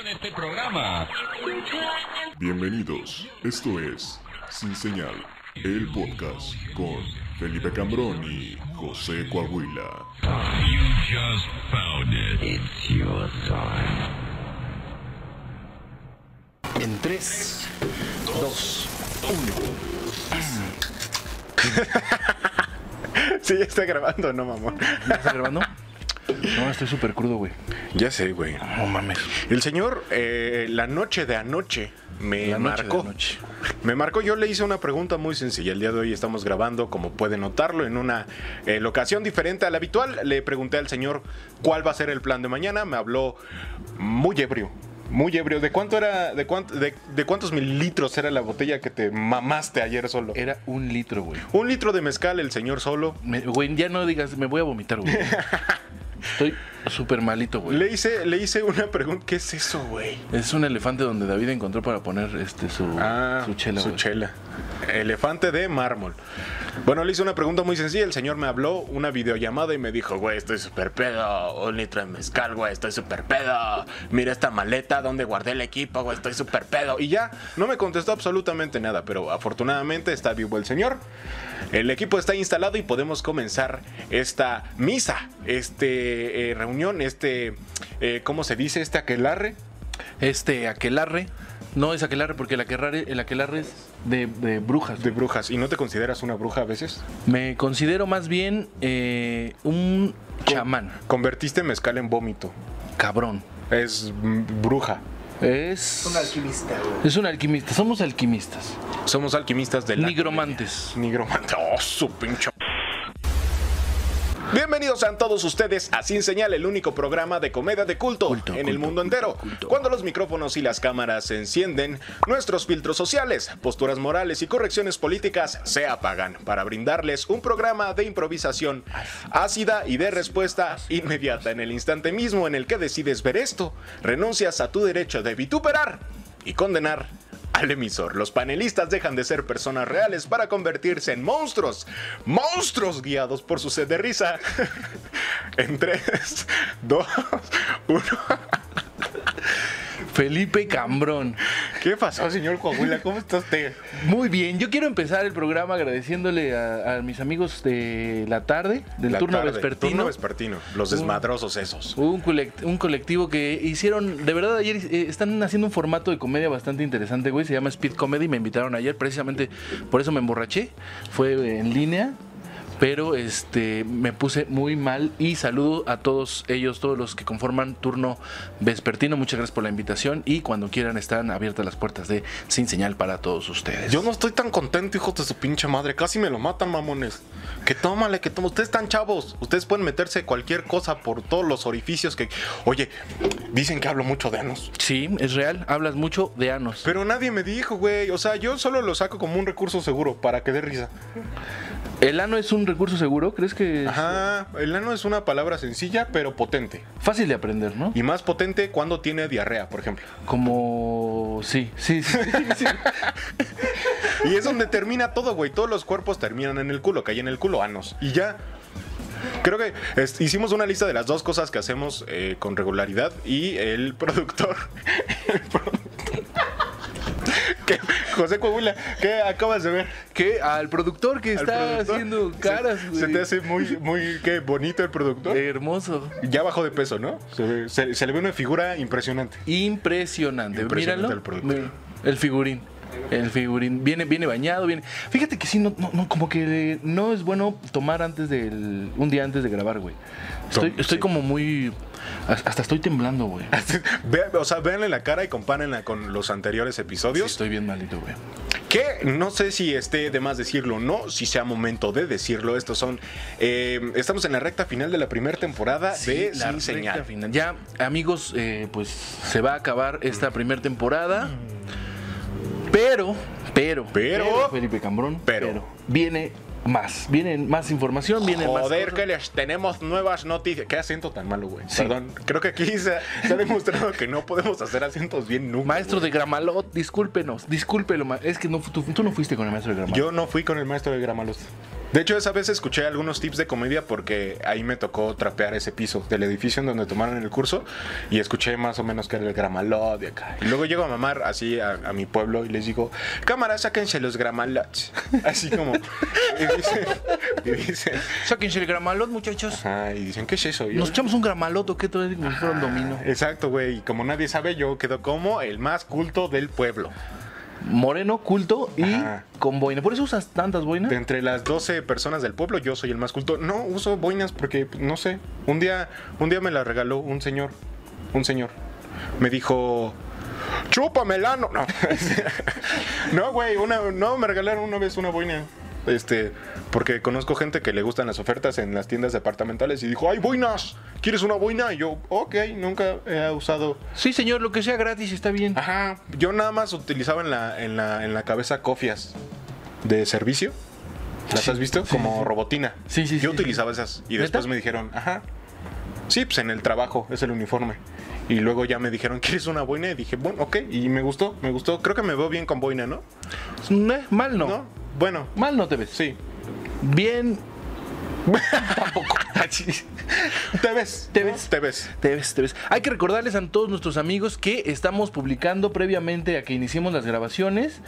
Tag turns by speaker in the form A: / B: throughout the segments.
A: en este programa.
B: Bienvenidos, esto es Sin Señal, el podcast con Felipe Cambrón y José Coahuila.
C: You just found it. It's your time.
D: En 3, 2, 1.
E: Sí, ya está grabando, no mamón.
D: ¿Ya está grabando? No, estoy súper crudo, güey.
E: Ya sé, güey.
D: No mames.
E: El señor, eh, la noche de anoche, me
D: La noche
E: marcó.
D: de anoche.
E: Me marcó, yo le hice una pregunta muy sencilla. El día de hoy estamos grabando, como pueden notarlo, en una eh, locación diferente a la habitual. Le pregunté al señor cuál va a ser el plan de mañana. Me habló muy ebrio. Muy ebrio. ¿De cuánto era? De, cuánto, de, de cuántos mililitros era la botella que te mamaste ayer solo?
D: Era un litro, güey.
E: Un litro de mezcal, el señor solo.
D: Me- Güey, ya no digas, me voy a vomitar, güey. Estoy súper malito, güey.
E: Le hice, le hice una pregunta. ¿Qué es eso, güey?
D: Es un elefante donde David encontró para poner este su,
E: Ah,
D: su chela, güey.
E: Elefante de mármol. Bueno, le hice una pregunta muy sencilla. El señor me habló una videollamada y me dijo, güey, estoy súper pedo. Un litro de mezcal, güey, estoy súper pedo. Mira esta maleta donde guardé el equipo, güey, estoy súper pedo. Y ya, no me contestó absolutamente nada, pero afortunadamente está vivo el señor. El equipo está instalado y podemos comenzar esta misa, este eh, reunión, este, eh, ¿cómo se dice? Este aquelarre.
D: Este aquelarre. No es aquelarre porque el aquelarre, el aquelarre es de, de brujas.
E: De
D: güey.
E: brujas, ¿y no te consideras una bruja a veces?
D: Me considero más bien eh, un chamán.
E: Convertiste mezcal en vómito.
D: Cabrón.
E: Es mm, bruja.
D: Es.
F: Un alquimista, güey.
D: Es un alquimista. Somos alquimistas.
E: Somos alquimistas del
D: Nigromantes.
E: Nigromante. Oh, su pinche. Bienvenidos a todos ustedes a Sin Señal, el único programa de comedia de culto,
D: Culto,
E: en el
D: culto,
E: mundo entero.
D: culto, culto.
E: Cuando los micrófonos y las cámaras se encienden, nuestros filtros sociales, posturas morales y correcciones políticas se apagan para brindarles un programa de improvisación ácida y de respuesta inmediata en el instante mismo en el que decides ver esto. Renuncias a tu derecho de vituperar y condenar al emisor. Los panelistas dejan de ser personas reales para convertirse en monstruos. Monstruos guiados por su sed de risa. en 3, 2, 1.
D: Felipe Cambrón.
E: ¿Qué pasó, señor Coahuila? ¿Cómo está usted?
D: Muy bien, yo quiero empezar el programa agradeciéndole a, a mis amigos de la tarde, del
E: La
D: turno
E: tarde,
D: vespertino.
E: Turno vespertino. Los desmadrosos esos.
D: Hubo un, colect- un colectivo que hicieron, de verdad ayer eh, están haciendo un formato de comedia bastante interesante, güey, se llama Speed Comedy, me invitaron ayer, precisamente por eso me emborraché, fue en línea, pero este me puse muy mal y saludo a todos ellos, todos los que conforman turno vespertino, muchas gracias por la invitación y cuando quieran están abiertas las puertas de Sin Señal para todos ustedes.
E: Yo no estoy tan contento, hijos de su pinche madre. Casi me lo matan, mamones. Que tómale, que toma. Ustedes están chavos. Ustedes pueden meterse cualquier cosa por todos los orificios que. Oye, dicen que hablo mucho de anos.
D: Sí, es real, hablas mucho de anos.
E: Pero nadie me dijo, güey. O sea, yo solo lo saco como un recurso seguro para que dé risa.
D: ¿El ano es un recurso seguro? ¿Crees que es
E: Ajá, el ano es una palabra sencilla pero potente.
D: fácil de aprender, no?
E: Y más potente cuando tiene diarrea, por ejemplo.
D: Como... Sí, sí, sí. sí.
E: Y es donde termina todo, güey. Todos los cuerpos terminan en el culo, que hay en el culo anos. Y ya. Creo que es- hicimos una lista de las dos cosas que hacemos eh, con regularidad y el productor. el productor- que- José Coahuila, ¿qué acabas de ver?
D: ¿Qué? Al productor que
E: Al
D: está
E: productor.
D: haciendo
E: Se-
D: caras, güey.
E: Se, te hace muy, muy ¿qué, bonito el productor.
D: Hermoso.
E: Ya bajó de peso, ¿no? Se, ve- se- se le ve una figura impresionante.
D: Impresionante.
E: Impresionante
D: Míralo.
E: el productor.
D: Mira, el figurín. El figurín. Viene, viene bañado, viene. Fíjate que sí, no, no, no, como que no es bueno tomar antes del. un día antes de grabar, güey. Estoy,
E: Tom-
D: estoy
E: sí.
D: como muy. Hasta estoy temblando, güey.
E: Ve- o sea, véanle la cara y compárenla con los anteriores
D: Sí,
E: episodios.
D: estoy bien malito, güey.
E: Que no sé si esté de más decirlo o no, si sea momento de decirlo. Estos son. eh, estamos en la recta final de la primera temporada de Sin
D: la recta
E: Señal.
D: final. Ya, amigos, eh, pues se va a acabar esta primera temporada. Pero, pero,
E: Pero-
D: Felipe Cambrón,
E: pero.
D: viene más, viene más información, viene más.
E: Joder,
D: cosas.
E: que les tenemos nuevas noticias. Qué acento tan malo, güey.
D: Sí.
E: Perdón. Creo que aquí se, se ha demostrado que no podemos hacer acentos bien nunca.
D: Maestro
E: güey.
D: de Gramalot, discúlpenos, discúlpelo, ma- es que no, fu- tú, tú no fuiste con el maestro de Gramalot.
E: Yo no fui con el maestro de Gramalos. De hecho, esa vez escuché algunos tips de comedia porque ahí me tocó trapear ese piso del edificio en donde tomaron el curso y escuché más o menos que era el gramalot de acá. Y luego llego a mamar así a, a mi pueblo y les digo, cámara, sáquense los gramalots. Así como. Y dicen, y dicen,
D: Sáquense el gramalot, muchachos.
E: ajá, y dicen, ¿qué es eso? Y yo,
D: Nos echamos un gramalot o qué todo es como si fuera un domino.
E: Exacto, güey. Y como nadie sabe, yo quedo como el más culto del pueblo.
D: Moreno, culto y
E: eh. Ajá.
D: con boina. ¿Por eso usas tantas boinas?
E: De entre las 12 personas del pueblo, yo soy el más culto. No uso boinas porque, pues, no sé. Un día, un día me la regaló un señor. Un señor. Me dijo. ¡Chúpame el ano! No. no, güey. Una, no, me regalaron una vez una boina. Este, porque conozco gente que le gustan las ofertas en las tiendas departamentales y dijo, ¡ay, boinas! ¿Quieres una boina? Y yo, ok, nunca he usado
D: Sí, señor, lo que sea gratis está bien.
E: Ajá, yo nada más utilizaba en la, en la, en la cabeza cofias de servicio. ¿Las has visto? Como robotina.
D: Sí, sí,
E: Yo
D: sí.
E: utilizaba esas y después
D: ¿Neta?
E: me dijeron, ajá. Sí, pues en el trabajo es el uniforme. Y luego ya me dijeron, ¿quieres una boina? Y dije, bueno, ok. Y me gustó, me gustó. Creo que me veo bien con boina, ¿no?
D: Eh, Mal no.
E: ¿No? Bueno,
D: Mal no te ves.
E: sí.
D: Bien
E: Te ves.
D: Te
E: ¿no?
D: ves.
E: Te ves.
D: Te ves, te ves. Hay que recordarles a todos nuestros amigos que estamos publicando previamente a que iniciemos las grabaciones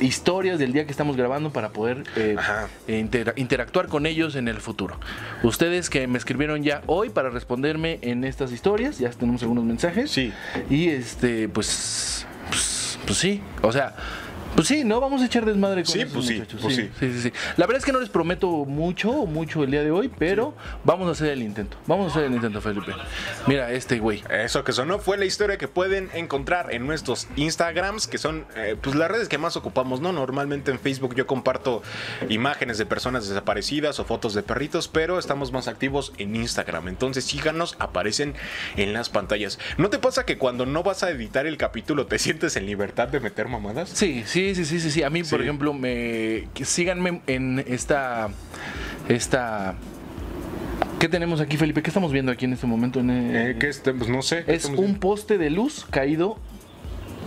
D: historias del día que estamos grabando para poder eh,
E: Ajá.
D: eh, intera- interactuar con ellos en el futuro. Ustedes que me escribieron ya hoy para responderme en estas historias, ya tenemos algunos mensajes.
E: Sí.
D: Y este, pues, pues, pues sí, o sea... Pues sí, no vamos a echar desmadre con
E: Sí,
D: esos
E: pues sí,
D: muchachos.
E: pues
D: sí,
E: sí.
D: sí, sí, sí. La verdad es que no les prometo mucho, mucho el día de hoy, pero vamos a hacer el intento. Vamos a hacer el intento, Felipe. Mira, este güey.
E: Eso que sonó fue la historia que pueden encontrar en nuestros Instagrams, que son eh, pues las redes que más ocupamos, ¿no? Normalmente en Facebook yo comparto imágenes de personas desaparecidas o fotos de perritos, pero estamos más activos en Instagram. Entonces síganos, aparecen en las pantallas. ¿No te pasa que cuando no vas a editar el capítulo te sientes en libertad de meter mamadas?
D: Sí, sí, sí, sí, sí, sí. A mí, por
E: Sí.
D: ejemplo, me que síganme en esta esta ¿Qué tenemos aquí, Felipe? ¿Qué estamos viendo aquí en este momento? En, eh,
E: Eh, que este, pues no sé. ¿qué
D: es
E: estamos
D: un
E: viendo?
D: poste de luz caído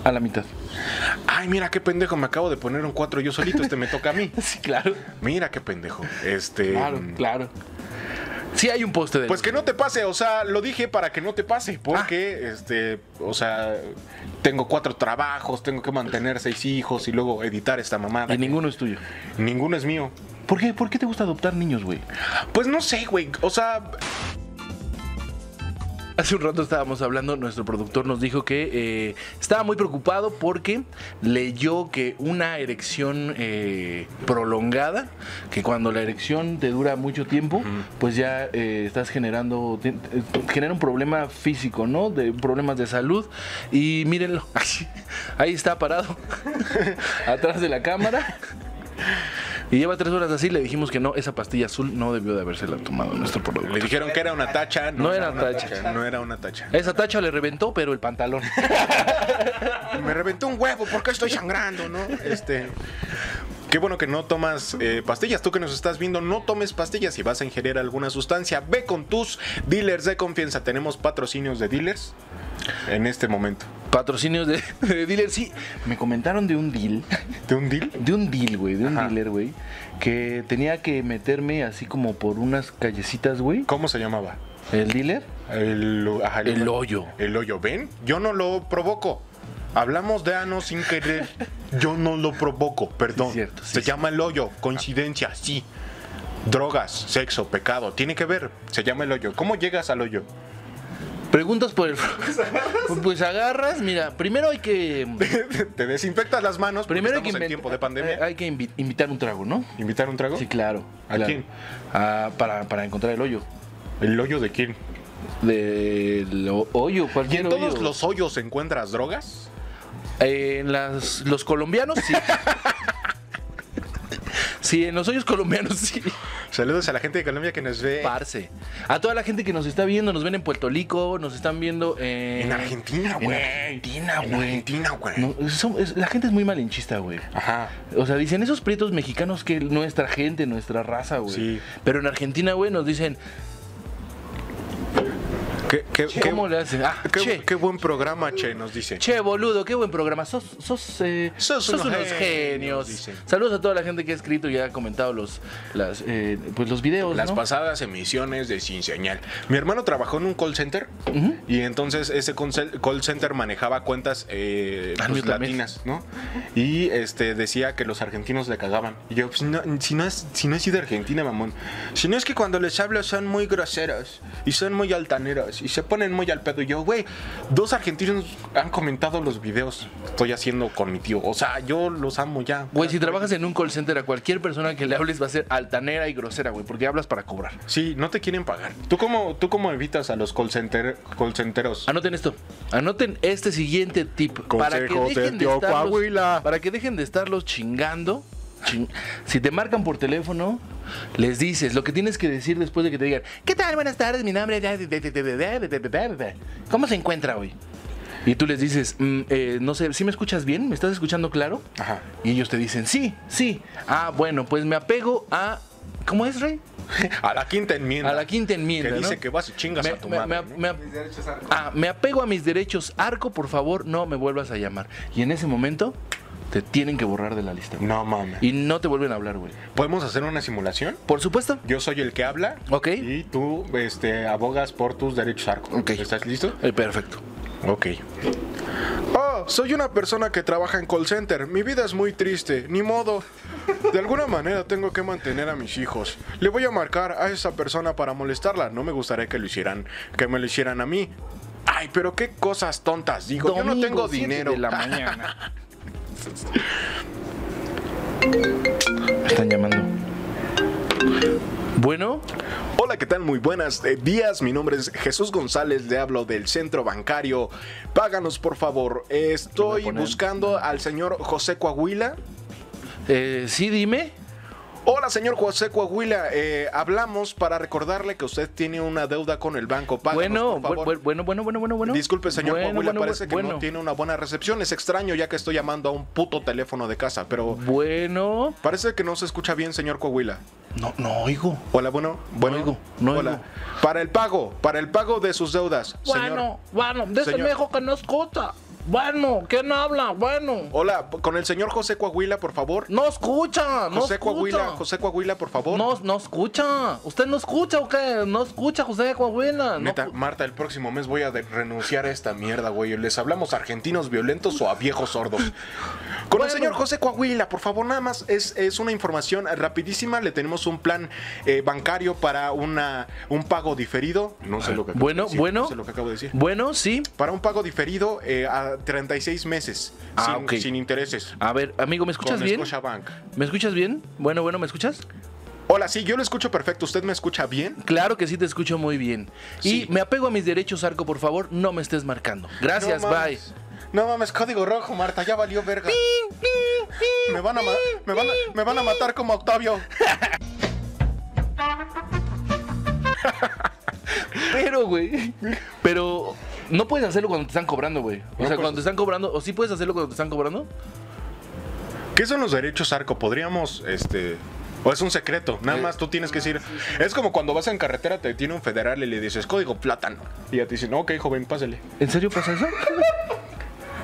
D: a la mitad.
E: Ay, mira qué pendejo, me acabo de poner un 4 yo solito, este me toca a mí.
D: Sí, claro.
E: Mira qué pendejo. Este.
D: Claro,
E: mm,
D: claro. Sí hay un poste de
E: Pues
D: luz.
E: que no te pase, o sea, lo dije para que no te
D: Ah.
E: pase, porque, este, o sea, tengo cuatro trabajos, tengo que mantener seis hijos y luego editar esta mamada.
D: Y ninguno es tuyo.
E: Ninguno es mío.
D: ¿Por qué? ¿Por qué te gusta adoptar niños, güey?
E: Pues no sé, güey, o sea,
D: Hace un rato estábamos hablando, nuestro productor nos dijo que eh, estaba muy preocupado porque leyó que una erección eh, prolongada, que cuando la erección te dura mucho tiempo, pues ya eh, estás generando, te- eh, genera un problema físico, ¿no? De problemas de salud. Y mírenlo, ahí está parado, atrás de la cámara. Y lleva tres horas así, le dijimos que no, esa pastilla azul no debió de habérsela tomado nuestro productor.
E: le dijeron que era una tacha.
D: No era
E: una
D: tacha.
E: No era una tacha.
D: Esa tacha le reventó, pero el pantalón.
E: Me reventó un huevo, ¿por qué estoy sangrando, no? Este... Qué bueno que no tomas eh, pastillas. Tú que nos estás viendo, no tomes pastillas. Si vas a ingerir alguna sustancia, ve con tus dealers de confianza. Tenemos patrocinios de dealers en este momento.
D: Patrocinios de, de dealer. Sí, me comentaron de un deal.
E: ¿De un deal?
D: De un deal, güey. De un
E: Ajá.
D: dealer, güey. Que tenía que meterme así como por unas callecitas, güey.
E: ¿Cómo se llamaba?
D: El dealer.
E: El, ajá,
D: El hoyo.
E: El hoyo, ¿ven? Yo no lo provoco. Hablamos de ano sin querer. Yo no lo provoco, perdón.
D: Sí, cierto, sí,
E: se
D: sí.
E: llama el hoyo, coincidencia, sí. Drogas, sexo, pecado, tiene que ver. Se llama el hoyo. ¿Cómo llegas al hoyo?
D: Preguntas por el. Pues agarras, mira, primero hay que.
E: Te desinfectas las manos porque
D: Primero hay que
E: estamos en
D: inven-
E: tiempo de pandemia.
D: eh, Hay que invi- invitar un trago, ¿no?
E: ¿Invitar un trago?
D: Sí, claro.
E: ¿A
D: claro.
E: quién?
D: Ah, para, para encontrar el hoyo.
E: ¿El hoyo de quién?
D: Del ho- hoyo,
E: ¿Y
D: cualquier
E: en todos
D: hoyo.
E: los hoyos encuentras drogas?
D: Eh, En las, los colombianos, sí. sí, en los hoyos colombianos, sí.
E: Saludos a la gente de Colombia que nos ve
D: Parce. A toda la gente que nos está viendo, nos ven en Puerto Rico, nos están viendo en.
E: en Argentina,
D: en
E: güey.
D: Argentina,
E: En
D: güey.
E: Argentina, güey.
D: No, son- es- la gente es muy malinchista, güey.
E: Ajá.
D: O sea, dicen esos prietos mexicanos que nuestra gente, nuestra raza, güey.
E: Sí.
D: Pero en Argentina, güey, nos dicen.
E: Qué, qué- qué-
D: ¿Cómo le hace? Ah,
E: qué-
D: che.
E: qué buen programa, Che, nos dice.
D: Che, boludo, qué buen programa. Sos, sos, eh,
E: Sos unos genios, dicen.
D: Saludos a toda la gente que ha escrito y ha comentado los, las, eh, pues los videos.
E: Las
D: ¿no?
E: pasadas emisiones de Sin Señal. Mi hermano trabajó en un call center y entonces ese call cel- call center manejaba cuentas eh,
D: Ah,
E: pues,
D: yo también.
E: latinas, ¿no? Y este decía que los argentinos le cagaban. Y yo, pues, no, si, no es, si no he sido argentina, mamón. Si no es que cuando les hablo son muy groseros y son muy altaneros y se ponen muy al pedo. Y yo, güey, dos argentinos han comentado los videos que estoy haciendo con mi tío. O sea, yo los amo ya.
D: Güey, si trabajas en un call center a cualquier persona que le hables va a ser altanera y grosera, güey, porque hablas para cobrar.
E: Sí, no te quieren pagar. ¿Tú cómo, tú cómo evitas a los call, center, call centeros?
D: Anoten esto. Anoten este siguiente tip. Para que,
E: Consejos de
D: dejen de
E: tío
D: estarlos,
E: Coahuila.
D: para que dejen de estarlos chingando. Chin- Si te marcan por teléfono, les dices lo que tienes que decir después de que te digan, ¿qué tal? Buenas tardes, mi nombre es... ¿Cómo se encuentra hoy? Y tú les dices, "Mm, eh, no sé, ¿sí me escuchas bien? ¿Me estás escuchando claro?
E: Ajá.
D: Y ellos te dicen, sí, sí. Ah, bueno, pues me apego a... ¿Cómo es, Rey?
E: A la quinta enmienda.
D: A la quinta enmienda.
E: Que dice
D: ¿no?
E: que vas y chingas
D: me,
E: a tu
D: me-
E: madre.
D: me-
E: ¿no?
D: me- Ah, me apego a mis derechos. Arco, por favor, no me vuelvas a llamar. Y en ese momento te tienen que borrar de la lista. güey.
E: No mames.
D: Y no te vuelven a hablar, güey.
E: ¿Podemos hacer una simulación?
D: Por supuesto.
E: Yo soy el que habla.
D: Ok.
E: Y tú este, abogas por tus derechos arco.
D: Ok.
E: ¿Estás listo?
D: Eh, perfecto.
E: Ok. Oh, soy una persona que trabaja en call center. Mi vida es muy triste, ni modo. De alguna manera tengo que mantener a mis hijos. Le voy a marcar a esa persona para molestarla. No me gustaría que lo hicieran, que me lo hicieran a mí. Ay, pero qué cosas tontas. Digo, yo no
D: Domingo,
E: tengo
D: siete
E: dinero.
D: De la mañana. Me están llamando. Bueno,
E: Hola, ¿qué tal? Muy buenas eh, días. Mi nombre es Jesús González. Le hablo del centro bancario. Páganos, por favor. Estoy
D: poner-
E: buscando al señor José Coahuila.
D: eh, sí, dime.
E: Hola, señor José Coahuila. Eh, hablamos para recordarle que usted tiene una deuda con el banco. Páganos, por
D: Bueno,
E: favor.
D: bu- bu- bueno, bueno, bueno, bueno, bueno.
E: Disculpe, señor
D: Bueno,
E: Coahuila,
D: bueno,
E: parece que no
D: bueno.
E: tiene una buena recepción. Es extraño ya que estoy llamando a un puto teléfono de casa, pero
D: Bueno,
E: parece que no se escucha bien, señor Coahuila.
D: no, no oigo.
E: Hola, bueno, bueno.
D: oigo, no
E: Hola.
D: oigo.
E: Para el pago, para el pago de sus deudas, señor.
A: Bueno, bueno, de ese
E: Señor.
A: viejo que no escucha. Bueno, ¿quién habla? Bueno,
E: Hola, p- con el señor José Coahuila, por favor.
A: no escucha, no
E: José
A: escucha.
E: Coahuila, José Coahuila, por favor.
A: No, no escucha. ¿Usted no escucha o qué? No escucha, José Coahuila. No,
E: Neta, Marta, el próximo mes voy a de- renunciar a esta mierda, güey. ¿Les hablamos a argentinos violentos o a viejos sordos? Con el señor José Coahuila, por favor, nada más. Es, es una información rapidísima. Le tenemos un plan eh, bancario para una, un pago diferido. No sé lo que acabo
D: Bueno,
E: de decir,
D: bueno.
E: No sé lo que acabo de decir.
D: Bueno, sí.
E: Para un pago diferido eh, a 36 meses.
D: Ah,
E: sin,
D: ok.
E: sin intereses.
D: A ver, amigo, ¿me escuchas
E: con
D: bien?
E: Scotiabank.
D: ¿Me escuchas bien? Bueno, bueno, ¿me escuchas?
E: Hola, sí, yo lo escucho perfecto. ¿Usted me escucha bien?
D: Claro que sí, te escucho muy bien.
E: Sí.
D: Y me apego a mis derechos, Arco, por favor, no me estés marcando. Gracias,
E: No
D: bye.
E: mames. No mames, código rojo, Marta, ya valió verga. Me van a, ma- me van a, me van a matar como a Octavio.
D: Pero, güey. Pero no puedes hacerlo cuando te están cobrando, güey. O sea,
E: pues-
D: cuando te están cobrando, o sí puedes hacerlo cuando te están cobrando.
E: ¿Qué son los derechos arco? Podríamos, este. O es un secreto, nada más tú tienes que decir. Es como cuando vas en carretera, te tiene un federal y le dices código plátano. Y ya te dicen, ok, joven, pásale.
D: ¿En serio pasa eso?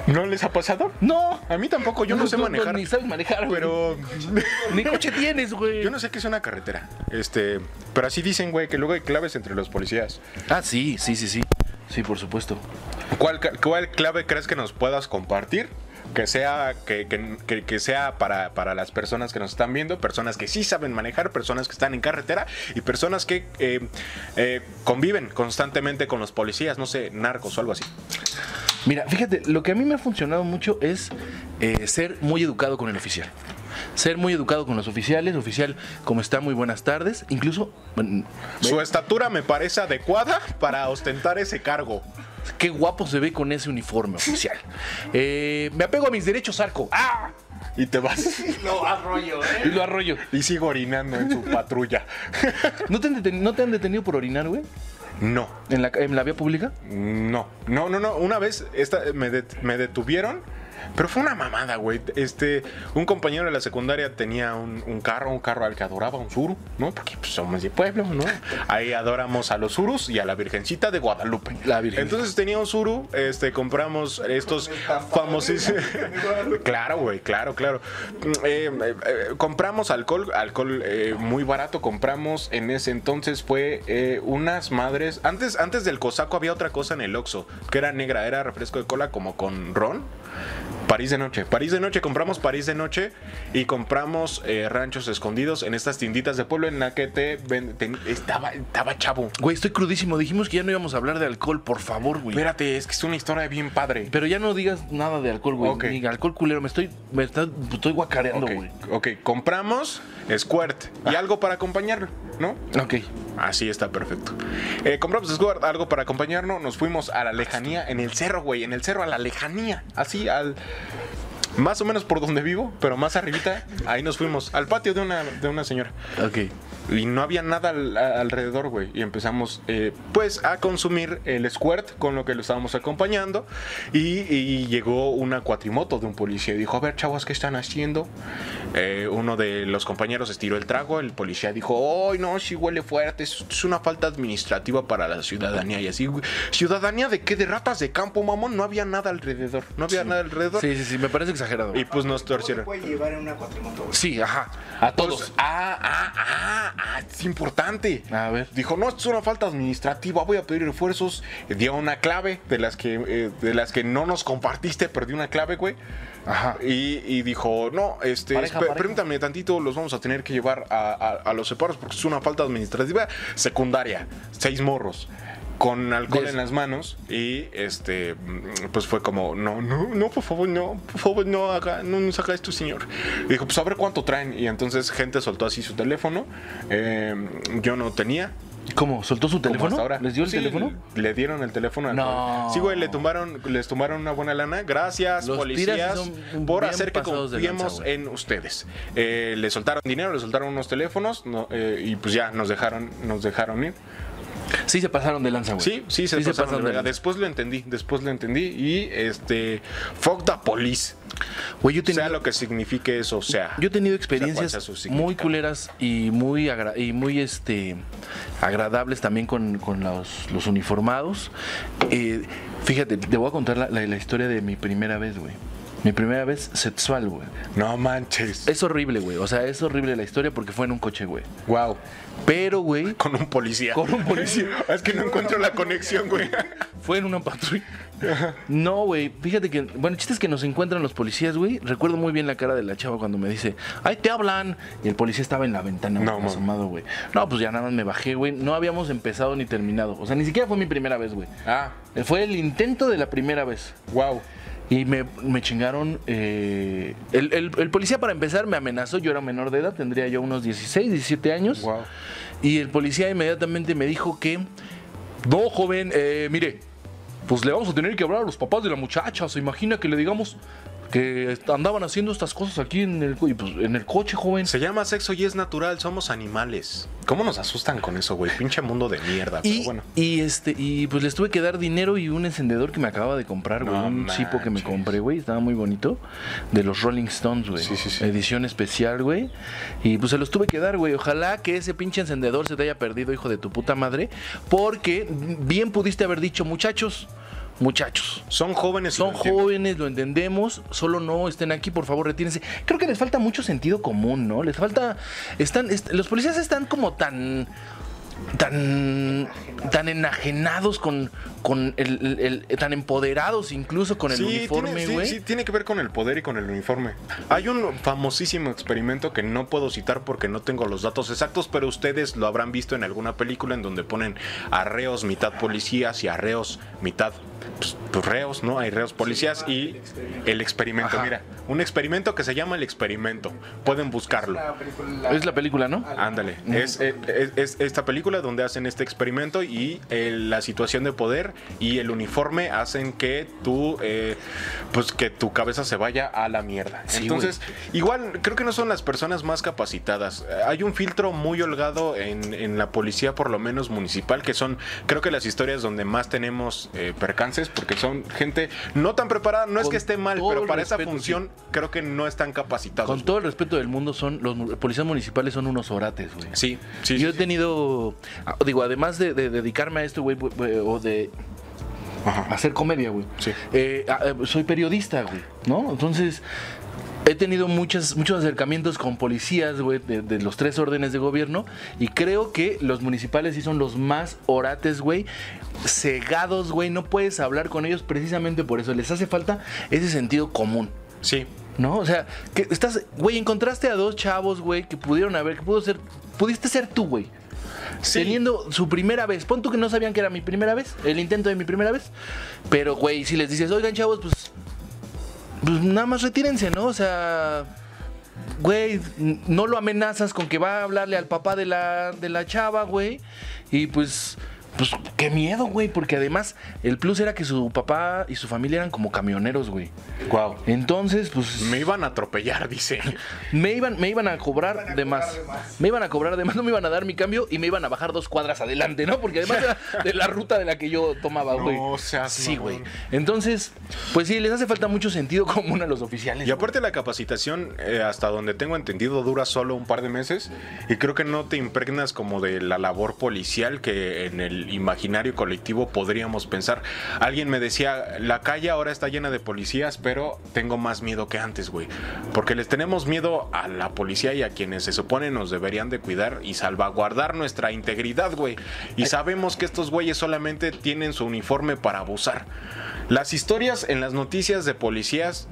E: ¿No les ha pasado?
D: No.
E: A mí tampoco, yo no, sé
D: tú
E: manejar.
D: Ni sabes manejar, güey.
E: Pero.
D: Ni coche tienes, güey.
E: yo no sé qué es una carretera. Este. Pero así dicen, güey, que luego hay claves entre los policías.
D: Ah, sí, sí, sí, sí. Sí, por supuesto.
E: ¿Cuál, ca- cuál clave crees que nos puedas compartir? Que sea, que, que- que- que sea para, para las personas que nos están viendo, personas que sí saben manejar, personas que están en carretera y personas que eh, eh, conviven constantemente con los policías, no sé, narcos o algo así.
D: Mira, fíjate, lo que a mí me ha funcionado mucho es eh, ser muy educado con el oficial. Ser muy educado con los oficiales. Oficial, como está, muy buenas tardes. Incluso, bueno,
E: Su estatura me parece adecuada para ostentar ese cargo.
D: qué guapo se ve con ese uniforme oficial. Eh, me apego a mis derechos, arco. ¡Ah!
E: Y te vas.
D: Y lo arroyo.
E: Y sigo orinando en su patrulla.
D: ¿No te, han deten- no te han detenido por orinar, güey?
E: No,
D: ¿En la, en la vía pública?
E: no, no, no, no. Una vez esta, me, det- me detuvieron Pero fue una mamada, güey. Este, un compañero de la secundaria tenía un, un carro, un carro al que adoraba, un suru, ¿no? Porque pues, somos de pueblo, ¿no? Ahí adoramos a los surus y a la Virgencita de Guadalupe.
D: La Virgen.
E: Entonces tenía un suru, este, compramos estos famosísimos. claro, güey, claro, claro. Eh, eh, eh, compramos alcohol, alcohol eh, muy barato. Compramos en ese entonces fue eh, unas madres. Antes, antes del cosaco había otra cosa en el Oxxo que era negra, era refresco de cola como con ron. París de noche, París de noche, compramos París de noche y compramos eh, ranchos escondidos en estas tienditas de pueblo en la que te, ven- te- estaba, estaba chavo.
D: Güey, estoy crudísimo. Dijimos que ya no íbamos a hablar de alcohol, por favor, güey.
E: Espérate, es que es una historia bien padre.
D: Pero ya no digas nada de alcohol, güey.
E: Ok.
D: Ni alcohol culero. Me estoy, me está- estoy guacareando,
E: Ok,
D: güey.
E: ok, compramos Squirt y algo para acompañarlo, ¿no?
D: Ok.
E: Así está perfecto. Eh, compramos Squirt, algo para acompañarnos. Nos fuimos a la lejanía, en el cerro, güey. En el cerro, a la lejanía. Así, al. Más o menos por donde vivo, pero más arribita. Ahí nos fuimos. Al patio de una, de una señora.
D: Ok.
E: Y no había nada al- a- alrededor, güey. Y empezamos, eh, pues, a consumir el squirt con lo que lo estábamos acompañando. Y, y llegó una cuatrimoto de un policía y dijo: A ver, chavos, ¿qué están haciendo? Eh, uno de los compañeros estiró el trago. El policía dijo: ¡Ay, no, sí huele fuerte! Es, es una falta administrativa para la ciudadanía. Y así, güey, ¿ciudadanía de qué? De ratas de campo, mamón. No había nada alrededor. No había nada alrededor.
D: Sí, sí, sí. Me parece exagerado.
E: Y pues nos torcieron.
F: puede llevar en una cuatrimoto, güey?
D: Sí, ajá. A todos.
E: Pues, ah, ah, ah, ah, es importante.
D: A ver.
E: Dijo, no, esto es una falta administrativa, voy a pedir refuerzos. Dio una clave de las que, eh, de las que no nos compartiste, perdí una clave, güey.
D: Ajá.
E: Y, y dijo, no, este,
D: Pareja,
E: espe-
D: pareja.
E: permítanme tantito, los vamos a tener que llevar a, a- a los separos porque es una falta administrativa secundaria. Seis morros. Con alcohol
D: Des-
E: en las manos y este, mm, pues fue como, no, no, no, por favor, no, por favor, no haga, no nos haga esto, señor. Y dijo, pues a ver cuánto traen. Y entonces gente soltó así su teléfono. eh, yo no tenía,
D: ¿Cómo? ¿Soltó su
E: Pues, como
D: teléfono?
E: hasta ahora.
D: ¿Les dio el
E: Sí,
D: teléfono?
E: Le dieron el teléfono. al
D: No.
E: joven. Sí, güey, le tumbaron, les tumbaron una buena lana. Gracias,
D: Los
E: policías,
D: tiras sí son
E: por
D: bien
E: hacer que
D: pasados de
E: confiemos
D: lanza, güey.
E: en ustedes. Eh, le soltaron dinero, le soltaron unos teléfonos no, eh, y pues ya nos dejaron, nos dejaron ir.
D: Sí, se pasaron de lanza, güey.
E: Sí, sí, se, pasaron de verga.
D: lanza.
E: Después lo entendí, después lo entendí y este, fuck the police.
D: Güey, yo he
E: Sea
D: tenido,
E: lo que signifique eso, sea.
D: yo he tenido
E: O sea, cuál sea
D: experiencias
E: su significado.
D: muy culeras y muy, agra- y muy este, agradables también con, con los, los uniformados. Eh, fíjate, te voy a contar la, la- la historia de mi primera vez, güey. Mi primera vez sexual, güey.
E: No manches.
D: Es horrible, güey. O sea, es horrible la historia porque fue en un coche, güey.
E: Wow.
D: Pero, güey,
E: Con un policía.
D: Con un policía.
E: es que no encuentro la conexión, güey.
D: Fue en una patrulla. No, güey. Fíjate que. Bueno, el chiste es que nos encuentran los policías, güey. Recuerdo muy bien la cara de la chava cuando me dice, ¡ay, te hablan! Y el policía estaba en la ventana,
E: No,
D: güey,
E: mames.
D: asomado, güey. No, pues ya nada más me bajé, güey. No habíamos empezado ni terminado. O sea, ni siquiera fue mi primera vez, güey.
E: Ah,
D: Fue el intento de la primera vez.
E: wow.
D: Y me, me chingaron. eh, el, el- el policía, para empezar, me amenazó. Yo era menor de edad, tendría yo unos 16, 17 años.
E: Wow.
D: Y el policía inmediatamente me dijo que, no, joven, eh, mire, pues le vamos a tener que hablar a los papás de la muchacha. Se imagina que le digamos que est- andaban haciendo estas cosas aquí en el, co- y pues, en el coche, joven.
E: Se llama sexo y es natural, somos animales. ¿Cómo nos asustan con eso, güey? Pinche mundo de mierda.
D: Y,
E: pero bueno.
D: y este y pues les tuve que dar dinero y un encendedor que me acababa de comprar, güey.
E: No
D: un chipo que me
E: manches.
D: compré, güey. Estaba muy bonito. De los Rolling Stones, güey.
E: Sí, sí, sí.
D: Edición especial, güey. Y pues se los tuve que dar, güey. Ojalá que ese pinche encendedor se te haya perdido, hijo de tu puta madre. Porque bien pudiste haber dicho, muchachos, muchachos.
E: Son jóvenes. y
D: Son
E: lo entienden.
D: jóvenes, lo entendemos, solo no estén aquí, por favor, retírense. Creo que les falta mucho sentido común, ¿no? Les falta. Están. est- los policías están como tan. tan. tan enajenados con. con el, el- el- tan empoderados incluso con el
E: Sí,
D: uniforme,
E: tiene, sí,
D: güey.
E: sí, tiene que ver con el poder y con el uniforme. Hay un famosísimo experimento que no puedo citar porque no tengo los datos exactos, pero ustedes lo habrán visto en alguna película en donde ponen a reos mitad policías y a reos mitad pues, pues, reos, ¿no? Hay reos policías y el experimento. Mira, un experimento que se llama el experimento. Pueden buscarlo.
F: La película.
D: Es la película, ¿no?
E: Ándale, eh, es, es- es- es- esta película película donde hacen este experimento y eh, la situación de poder y el uniforme hacen que tú, eh, pues que tu cabeza se vaya a la mierda.
D: Sí,
E: Entonces, igual creo que no son las personas más capacitadas. Eh, Hay un filtro muy holgado en, en la policía, por lo menos municipal, que son creo que las historias donde más tenemos eh, percances porque son gente no tan preparada. No es
D: Con
E: que esté mal,
D: todo
E: pero
D: el
E: para esa
D: respeto,
E: función creo que no están capacitados.
D: Con todo el respeto del mundo, son los mu- policías municipales son unos orates, güey.
E: Sí, sí.
D: Yo he
E: sí.
D: tenido, ah, digo, además de, de dedicarme a esto, güey, güey, güey, o de hacer comedia, güey.
E: Sí.
D: eh, ah, eh, soy periodista, güey, ¿no? Entonces, he tenido muchas, muchos acercamientos con policías, güey, de, de los tres órdenes de gobierno, y creo que los municipales sí son los más orates, güey, cegados, güey, no puedes hablar con ellos precisamente por eso, les hace falta ese sentido común.
E: Sí.
D: ¿No? O sea, que estás, güey, encontraste a dos chavos, güey, que pudieron haber, que pudo ser, pudiste ser tú, güey.
E: Sí.
D: Teniendo su primera vez, pon tú que no sabían que era mi primera vez, el intento de mi primera vez, pero, güey, si les dices, oigan, chavos, pues, pues nada más retírense, ¿no? O sea, güey, n- no lo amenazas con que va a hablarle al papá de la, de la chava, güey, y pues... Pues qué miedo, güey, porque además el plus era que su papá y su familia eran como camioneros, güey.
E: Wow.
D: Entonces, pues
E: Me iban a atropellar, dice.
D: me iban, me iban a cobrar, de, más. Me iban a cobrar de más, no me iban a dar mi cambio y me iban a bajar dos cuadras adelante, ¿no? Porque además era de la ruta de la que yo tomaba, güey.
E: seas
D: Sí,
E: mamón.
D: güey. Entonces, pues sí, les hace falta mucho sentido común a los oficiales.
E: Y aparte la capacitación, eh, hasta donde tengo entendido, dura solo un par de meses y creo que no te impregnas como de la labor policial que en el imaginario colectivo podríamos pensar. Alguien me decía, la calle ahora está llena de policías, pero tengo más miedo que antes, güey. Porque les tenemos miedo a la policía y a quienes se supone nos deberían de cuidar y salvaguardar nuestra integridad, güey. Y sabemos que estos güeyes solamente tienen su uniforme para abusar. Las historias en las noticias de policías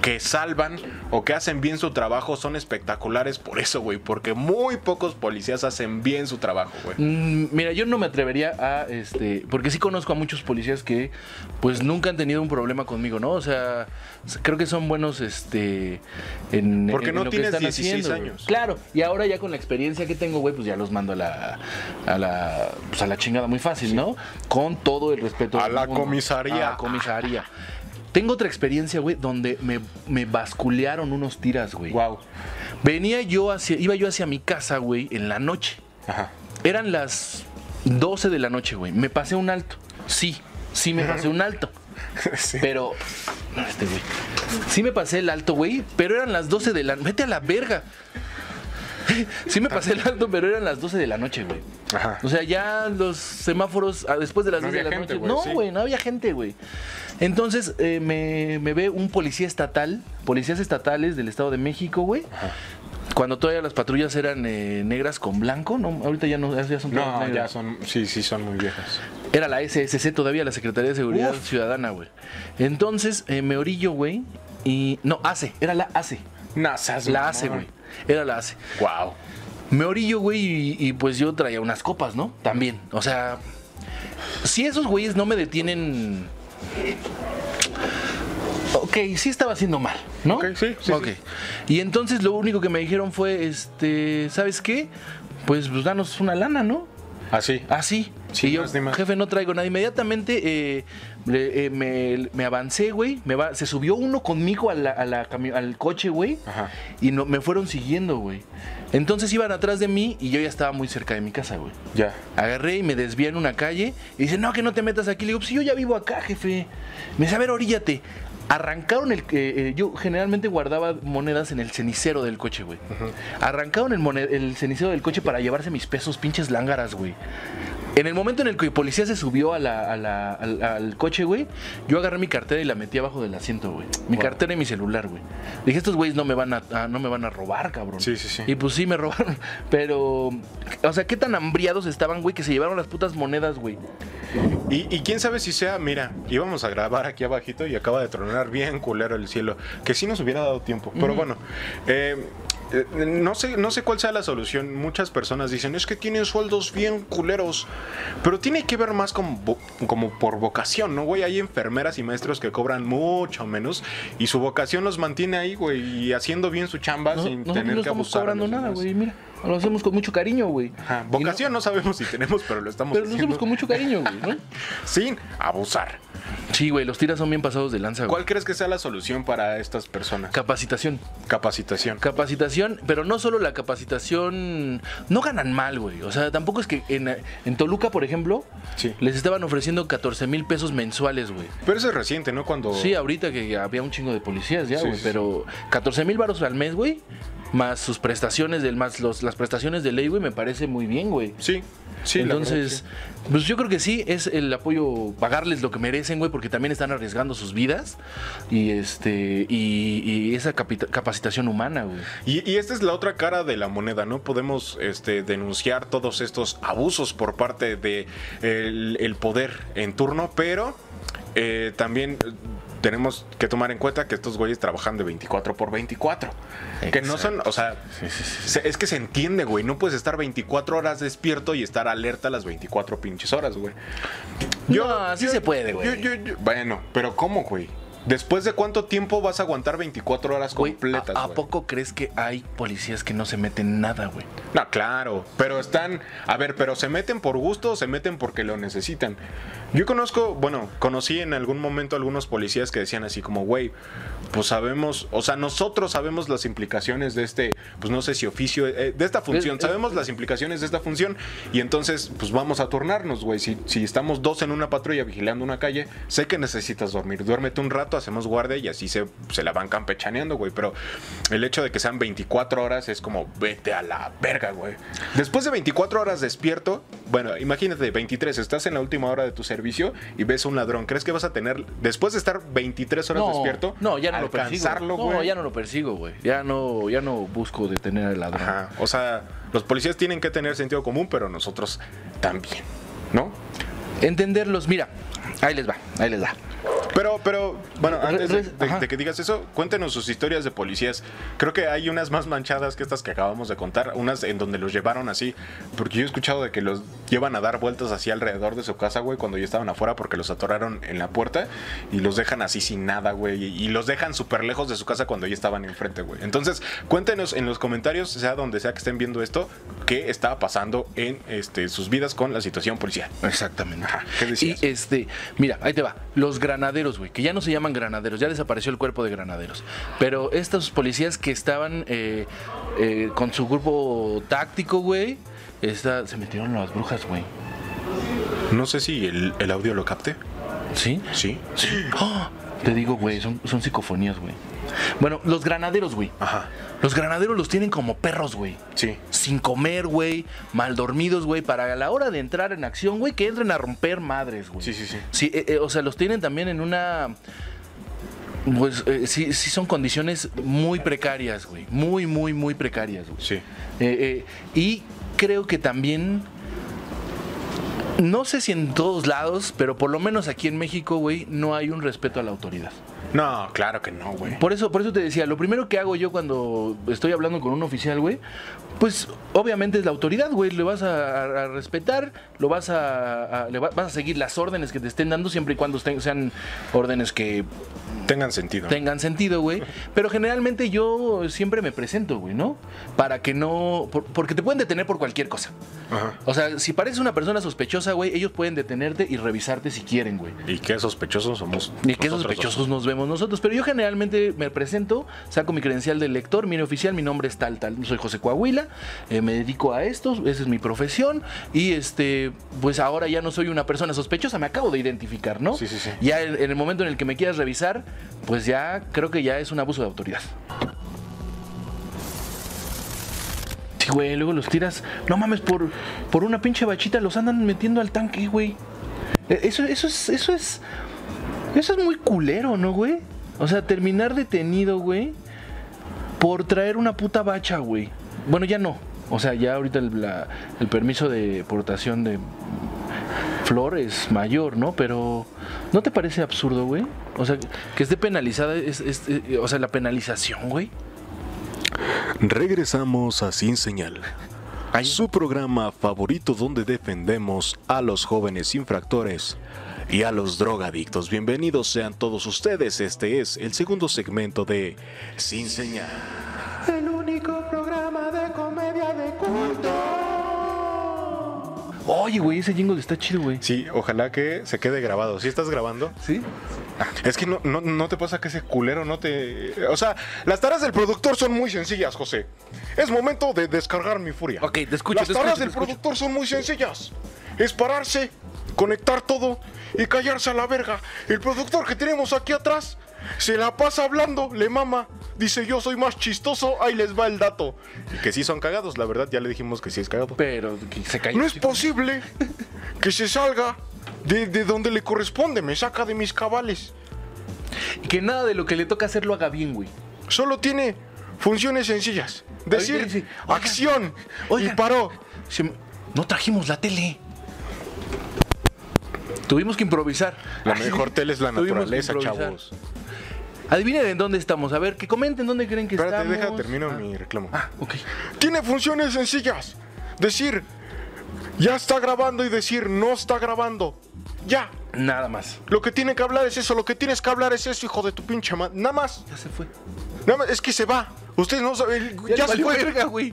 E: que salvan o que hacen bien su trabajo son espectaculares por eso, güey. Porque muy pocos policías hacen bien su trabajo, güey.
D: Mm, Mira, yo no me atrevería a, este, porque sí conozco a muchos policías que, pues, nunca han tenido un problema conmigo, ¿no? O sea, s- creo que son buenos, este, en,
E: Porque
D: en
E: no
D: lo que
E: tienes
D: están
E: 16
D: haciendo, güey.
E: años.
D: Claro, y ahora ya con la experiencia que tengo, güey, pues ya los mando a la, a la, pues, a la chingada muy fácil, ¿no? Con todo el respeto.
E: A
D: del
E: la
D: mundo.
E: comisaría.
D: A la comisaría. Tengo otra experiencia, güey, donde me, me basculearon unos tiras, güey.
E: Wow.
D: Venía yo hacia, iba yo hacia mi casa, güey, en la noche.
E: Ajá.
D: Eran las 12 de la noche, güey. Me pasé un alto. Sí, sí me pasé un alto. Pero. no, Este, güey. Sí me pasé el alto, güey. Pero eran las 12 de la noche. Vete a la verga. Sí me pasé el alto, pero eran las 12 de la noche, güey.
E: Ajá.
D: O sea, ya los semáforos ah, después de las
E: No
D: 12 de la
E: había gente,
D: noche.
E: güey,
D: no,
E: sí.
D: güey, no había gente, güey. Entonces eh, me, me ve un policía estatal, policías estatales del Estado de México, güey. Cuando todavía las patrullas eran eh, negras con blanco, no, ahorita ya no, ya son todas
E: No,
D: negras.
E: ya son, sí, sí, son muy viejas.
D: Era la SSC todavía, la Secretaría de Seguridad
E: Uf.
D: Ciudadana, güey. Entonces, eh, me orillo, güey, y... No, ACE, era la ACE.
E: No, seas
D: La
E: mamón.
D: ACE, güey. Era la ACE.
E: Wow.
D: Me orillo, güey, y, y, pues yo traía unas copas, ¿no? También. O sea, si esos güeyes no me detienen... Ok, sí estaba haciendo mal, ¿no?
E: Ok, sí, sí,
D: Ok.
E: sí.
D: Y entonces lo único que me dijeron fue, este, ¿sabes qué? Pues, pues danos una lana, ¿no?
E: Así.
D: Ah, sí.
E: Sí,
D: Y yo,
E: no es ni más.
D: jefe, no traigo nada. Inmediatamente eh, le- eh, me, me avancé, güey. Me va- se subió uno conmigo a la- a la cami- al coche, güey.
E: Ajá.
D: Y no, me fueron siguiendo, güey. Entonces iban atrás de mí y yo ya estaba muy cerca de mi casa, güey.
E: Ya.
D: Agarré y me desvié en una calle. Y dice, no, que no te metas aquí. Le digo, pues si yo ya vivo acá, jefe. Me dice, a ver, oríllate. Arrancaron el... eh, eh, yo generalmente guardaba monedas en el cenicero del coche, güey. Arrancaron el, mone- el cenicero del coche para llevarse mis pesos, pinches lángaras, güey. En el momento en el que el policía se subió a la- a la- al, al coche, güey, yo agarré mi cartera y la metí abajo del asiento, güey. Mi cartera y mi celular, güey. Dije, estos güeyes no me van a, a- no me van a robar, cabrón.
E: Sí, sí, sí.
D: Y pues sí, me robaron. Pero, o sea, qué tan hambriados estaban, güey, que se llevaron las putas monedas, güey.
E: Y, y quién sabe si sea, mira, íbamos a grabar aquí abajito y acaba de tronar bien culero el cielo, que sí nos hubiera dado tiempo, pero bueno, eh, eh, no, sé, no sé cuál sea la solución, muchas personas dicen, es que tienen sueldos bien culeros, pero tiene que ver más con vo- como por vocación, ¿no, güey? Hay enfermeras y maestros que cobran mucho menos y su vocación los mantiene ahí, güey, y haciendo bien su chamba
D: No,
E: sin
D: nosotros
E: tener
D: no
E: que
D: estamos
E: abusar. a
D: cobrando
E: los
D: nada,
E: demás.
D: güey, mira. Lo hacemos con mucho cariño, güey.
E: Ajá, Vocación no sabemos si tenemos, pero lo estamos
D: Pero lo
E: haciendo
D: hacemos con mucho cariño, güey, ¿no?
E: sin abusar.
D: Sí, güey, los tiras son bien pasados de lanza, güey.
E: ¿Cuál crees que sea la solución para estas personas?
D: Capacitación.
E: Capacitación.
D: Capacitación, pero no solo la capacitación. No ganan mal, güey. O sea, tampoco es que en, en Toluca, por ejemplo,
E: Sí.
D: les estaban ofreciendo 14 mil pesos mensuales, güey.
E: Pero eso es reciente, ¿no? Cuando
D: Sí, ahorita que había un chingo de policías ya,
E: Oh. Sí,
D: güey.
E: sí,
D: pero 14 mil baros al mes, güey. Más sus prestaciones del, más los, las prestaciones de ley, güey, me parece muy bien, güey.
E: Sí, sí. la verdad,
D: Entonces,
E: sí.
D: pues yo creo que sí, es el apoyo, pagarles lo que merecen, güey, porque también están arriesgando sus vidas y este y, y esa capita- capacitación humana, güey.
E: Y, y esta es la otra cara de la moneda, ¿no? Podemos este, denunciar todos estos abusos por parte del de el- el poder en turno, pero eh, también eh, tenemos que tomar en cuenta que estos güeyes trabajan de 24 por 24. Que no son, o sea, se- es que se entiende, güey. No puedes estar 24 horas despierto y estar alerta las 24 pinches horas, güey.
D: No, así se puede, güey.
E: yo- yo- yo- Bueno, pero ¿cómo, güey? ¿Después de cuánto tiempo vas a aguantar 24 horas
D: Güey,
E: completas,
D: ¿a, a
E: güey?
D: poco crees que hay policías que no se meten en nada, güey?
E: No, claro, pero están, a ver, pero se meten por gusto o se meten porque lo necesitan. Yo conozco, bueno, conocí en algún momento algunos policías que decían así como, güey, pues sabemos, o sea, nosotros sabemos las implicaciones de este, pues no sé si oficio, eh, de esta función,
D: Es- es-
E: sabemos las implicaciones de esta función y entonces, pues vamos a turnarnos, güey. Si, si estamos dos en una patrulla vigilando una calle, sé que necesitas dormir, duérmete un rato, hacemos guardia y así se, se la van campechaneando, güey, pero el hecho de que sean 24 horas es como vete a la verga, güey. Después de 24 horas despierto, bueno, imagínate, 23, estás en la última hora de tu servicio y ves a un ladrón. ¿Crees que vas a tener, después de estar 23 horas despierto,
D: no, ya no lo persigo.
E: alcanzarlo, güey?
D: No, ya no lo persigo, güey. Ya no, ya no busco detener al ladrón.
E: Ajá, o sea, los policías tienen que tener sentido común, pero nosotros también, ¿no?
D: Entenderlos, mira, ahí les va, ahí les va.
E: Pero, pero, bueno,
D: Re-
E: antes de,
D: re-
E: de-
D: ajá.
E: de que digas eso, cuéntenos sus historias de policías. Creo que hay unas más manchadas que estas que acabamos de contar, unas en donde los llevaron así, porque yo he escuchado de que los llevan a dar vueltas así alrededor de su casa, güey, cuando ya estaban afuera porque los atoraron en la puerta y los dejan así sin nada, güey, y, y los dejan súper lejos de su casa cuando ya estaban enfrente, güey. Entonces, cuéntenos en los comentarios, sea donde sea que estén viendo esto, qué está pasando en este, sus vidas con la situación policial.
D: Exactamente.
E: Ajá, ¿qué decías?
D: y este, mira, ahí te va. Los granaderos, güey, que ya no se llaman granaderos, ya desapareció el cuerpo de granaderos. Pero estos policías que estaban eh, eh, con su grupo táctico, güey, esta- se metieron las brujas, güey.
E: No sé si el, el audio lo capte.
D: ¿Sí?
E: Sí.
D: ¡Ah! Te digo, güey, son, son psicofonías, güey. Bueno, los granaderos, güey.
E: Ajá.
D: Los granaderos los tienen como perros, güey.
E: Sí.
D: Sin comer, güey. Mal dormidos, güey. Para a la hora de entrar en acción, güey, que entren a romper madres, güey.
E: Sí, sí, sí.
D: Sí, eh, eh, o sea, los tienen también en una. Pues eh, sí, sí son condiciones muy precarias, güey. Muy, muy, muy precarias, güey.
E: Sí.
D: Eh, eh, y creo que también. No sé si en todos lados, pero por lo menos aquí en México, güey, no hay un respeto a la autoridad.
E: No, claro que no, güey.
D: Por eso, por eso te decía, lo primero que hago yo cuando estoy hablando con un oficial, güey, pues obviamente es la autoridad, güey. Le vas a, a- a respetar, lo vas a, a- le va- vas a seguir las órdenes que te estén dando siempre y cuando estén- sean órdenes que
E: Tengan sentido.
D: tengan sentido, güey. Pero generalmente yo siempre me presento, güey, ¿no? Para que no. por- porque te pueden detener por cualquier cosa.
E: Ajá.
D: O sea, si pareces una persona sospechosa, güey, ellos pueden detenerte y revisarte si quieren, güey.
E: Y qué sospechosos somos.
D: Ni qué
E: nosotros
D: sospechosos nos vemos nosotros. Pero yo generalmente me presento, saco mi credencial de lector, mire oficial, mi nombre es tal, tal. Soy José Coahuila, eh, me dedico a esto, esa es mi profesión. Y este, pues ahora ya no soy una persona sospechosa, me acabo de identificar, ¿no?
E: Sí, sí, sí.
D: Ya en, en el momento en el que me quieras revisar, pues ya creo que ya es un abuso de autoridad. Sí, güey, luego los tiras. No mames, por, por una pinche bachita los andan metiendo al tanque, güey. Eh, Eso, eso es, eso es. Eso es muy culero, ¿no, güey? O sea, terminar detenido, güey, por traer una puta bacha, güey. Bueno, ya no. O sea, ya ahorita el, la- el permiso de portación de flores mayor, ¿no? Pero ¿no te parece absurdo, güey? O sea, que esté penalizada, es, es- eh, o sea, la penalización, güey.
E: Regresamos a Sin Señal.
D: Ay.
E: Su programa favorito donde defendemos a los jóvenes infractores y a los drogadictos. Bienvenidos sean todos ustedes. Este es el segundo segmento de Sin Señal. El único programa de comedia
F: de culto.
D: Oye, güey, ese jingle está chido, güey.
E: Sí, ojalá que se quede grabado. Si estás grabando,
D: ¿Sí?
E: es que no, no, no te pasa que ese culero no te. O sea, las tareas del productor son muy sencillas, José. Es momento de descargar mi furia.
D: Ok, te escucho,
E: Las
D: te
E: tareas
D: escucho, te
E: del
D: escucho.
E: productor son muy sencillas: es pararse, conectar todo y callarse a la verga. El productor que tenemos aquí atrás se la pasa hablando, le mama. Dice yo soy más chistoso, ahí les va el dato. Y que sí son cagados, la verdad, ya le dijimos que sí es cagado.
D: Pero que se cayó.
E: No es posible que se salga de, de donde le corresponde, me saca de mis cabales.
D: Que nada de lo que le toca hacer lo haga bien, güey.
E: Solo tiene funciones sencillas. Decir
D: Oiga, sí. Oiga.
E: acción
D: Oiga.
E: y paró.
D: Se me- No trajimos la tele. Tuvimos que improvisar.
E: La mejor tele es la
D: Tuvimos que
E: naturaleza,
D: improvisar.
E: chavos.
D: Adivinen en dónde estamos. A ver, que comenten dónde creen que
E: Espérate, deja,
D: estamos.
E: termino mi reclamo.
D: Ah, ok.
E: Tiene funciones sencillas. Decir ya está grabando y decir no está grabando. Ya.
D: Nada más.
E: Lo que tiene que hablar es eso, lo que tienes que hablar es eso, hijo de tu pinche madre. Nada más,
D: Ya se fue.
E: nada más, es que se va. Ustedes no saben, ya,
D: le
E: se
D: valió
E: fue.
D: verga, güey.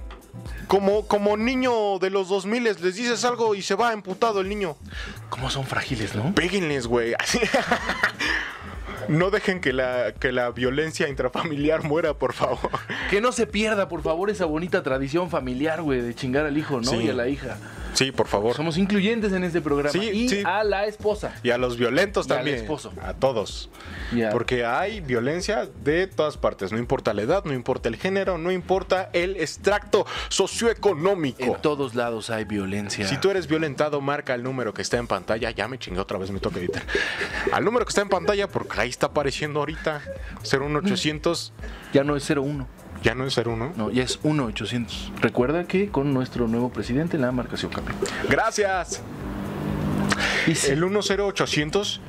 E: Como, como niño de los 2000 les dices algo y se va emputado el niño.
D: ¿Cómo son frágiles, no?
E: Péguenles, güey. Así. No dejen que la, que la violencia intrafamiliar muera, por favor.
D: Que no se pierda, por favor, esa bonita tradición familiar, güey, de chingar al hijo, ¿no?
E: Sí.
D: Y a la hija.
E: Sí, por favor.
D: Somos incluyentes en este programa.
E: Sí,
D: y
E: sí.
D: a la esposa.
E: Y a los violentos
D: Y al
E: también.
D: esposo.
E: A todos.
D: Y a-
E: Porque hay violencia de todas partes. No importa la edad, no importa el género, no importa el extracto socioeconómico.
D: En todos lados hay violencia.
E: Si tú eres violentado, marca el número que está en pantalla. Ya me chingué otra vez, me toca editar. Al número que está en pantalla, porque ahí está apareciendo ahorita. 01800,
D: Ya no es 01.
E: ya no es 01.
D: No, ya es 1800. Recuerda que con nuestro nuevo presidente la marcación cambió.
E: Gracias.
D: Y sí,
E: El 10800,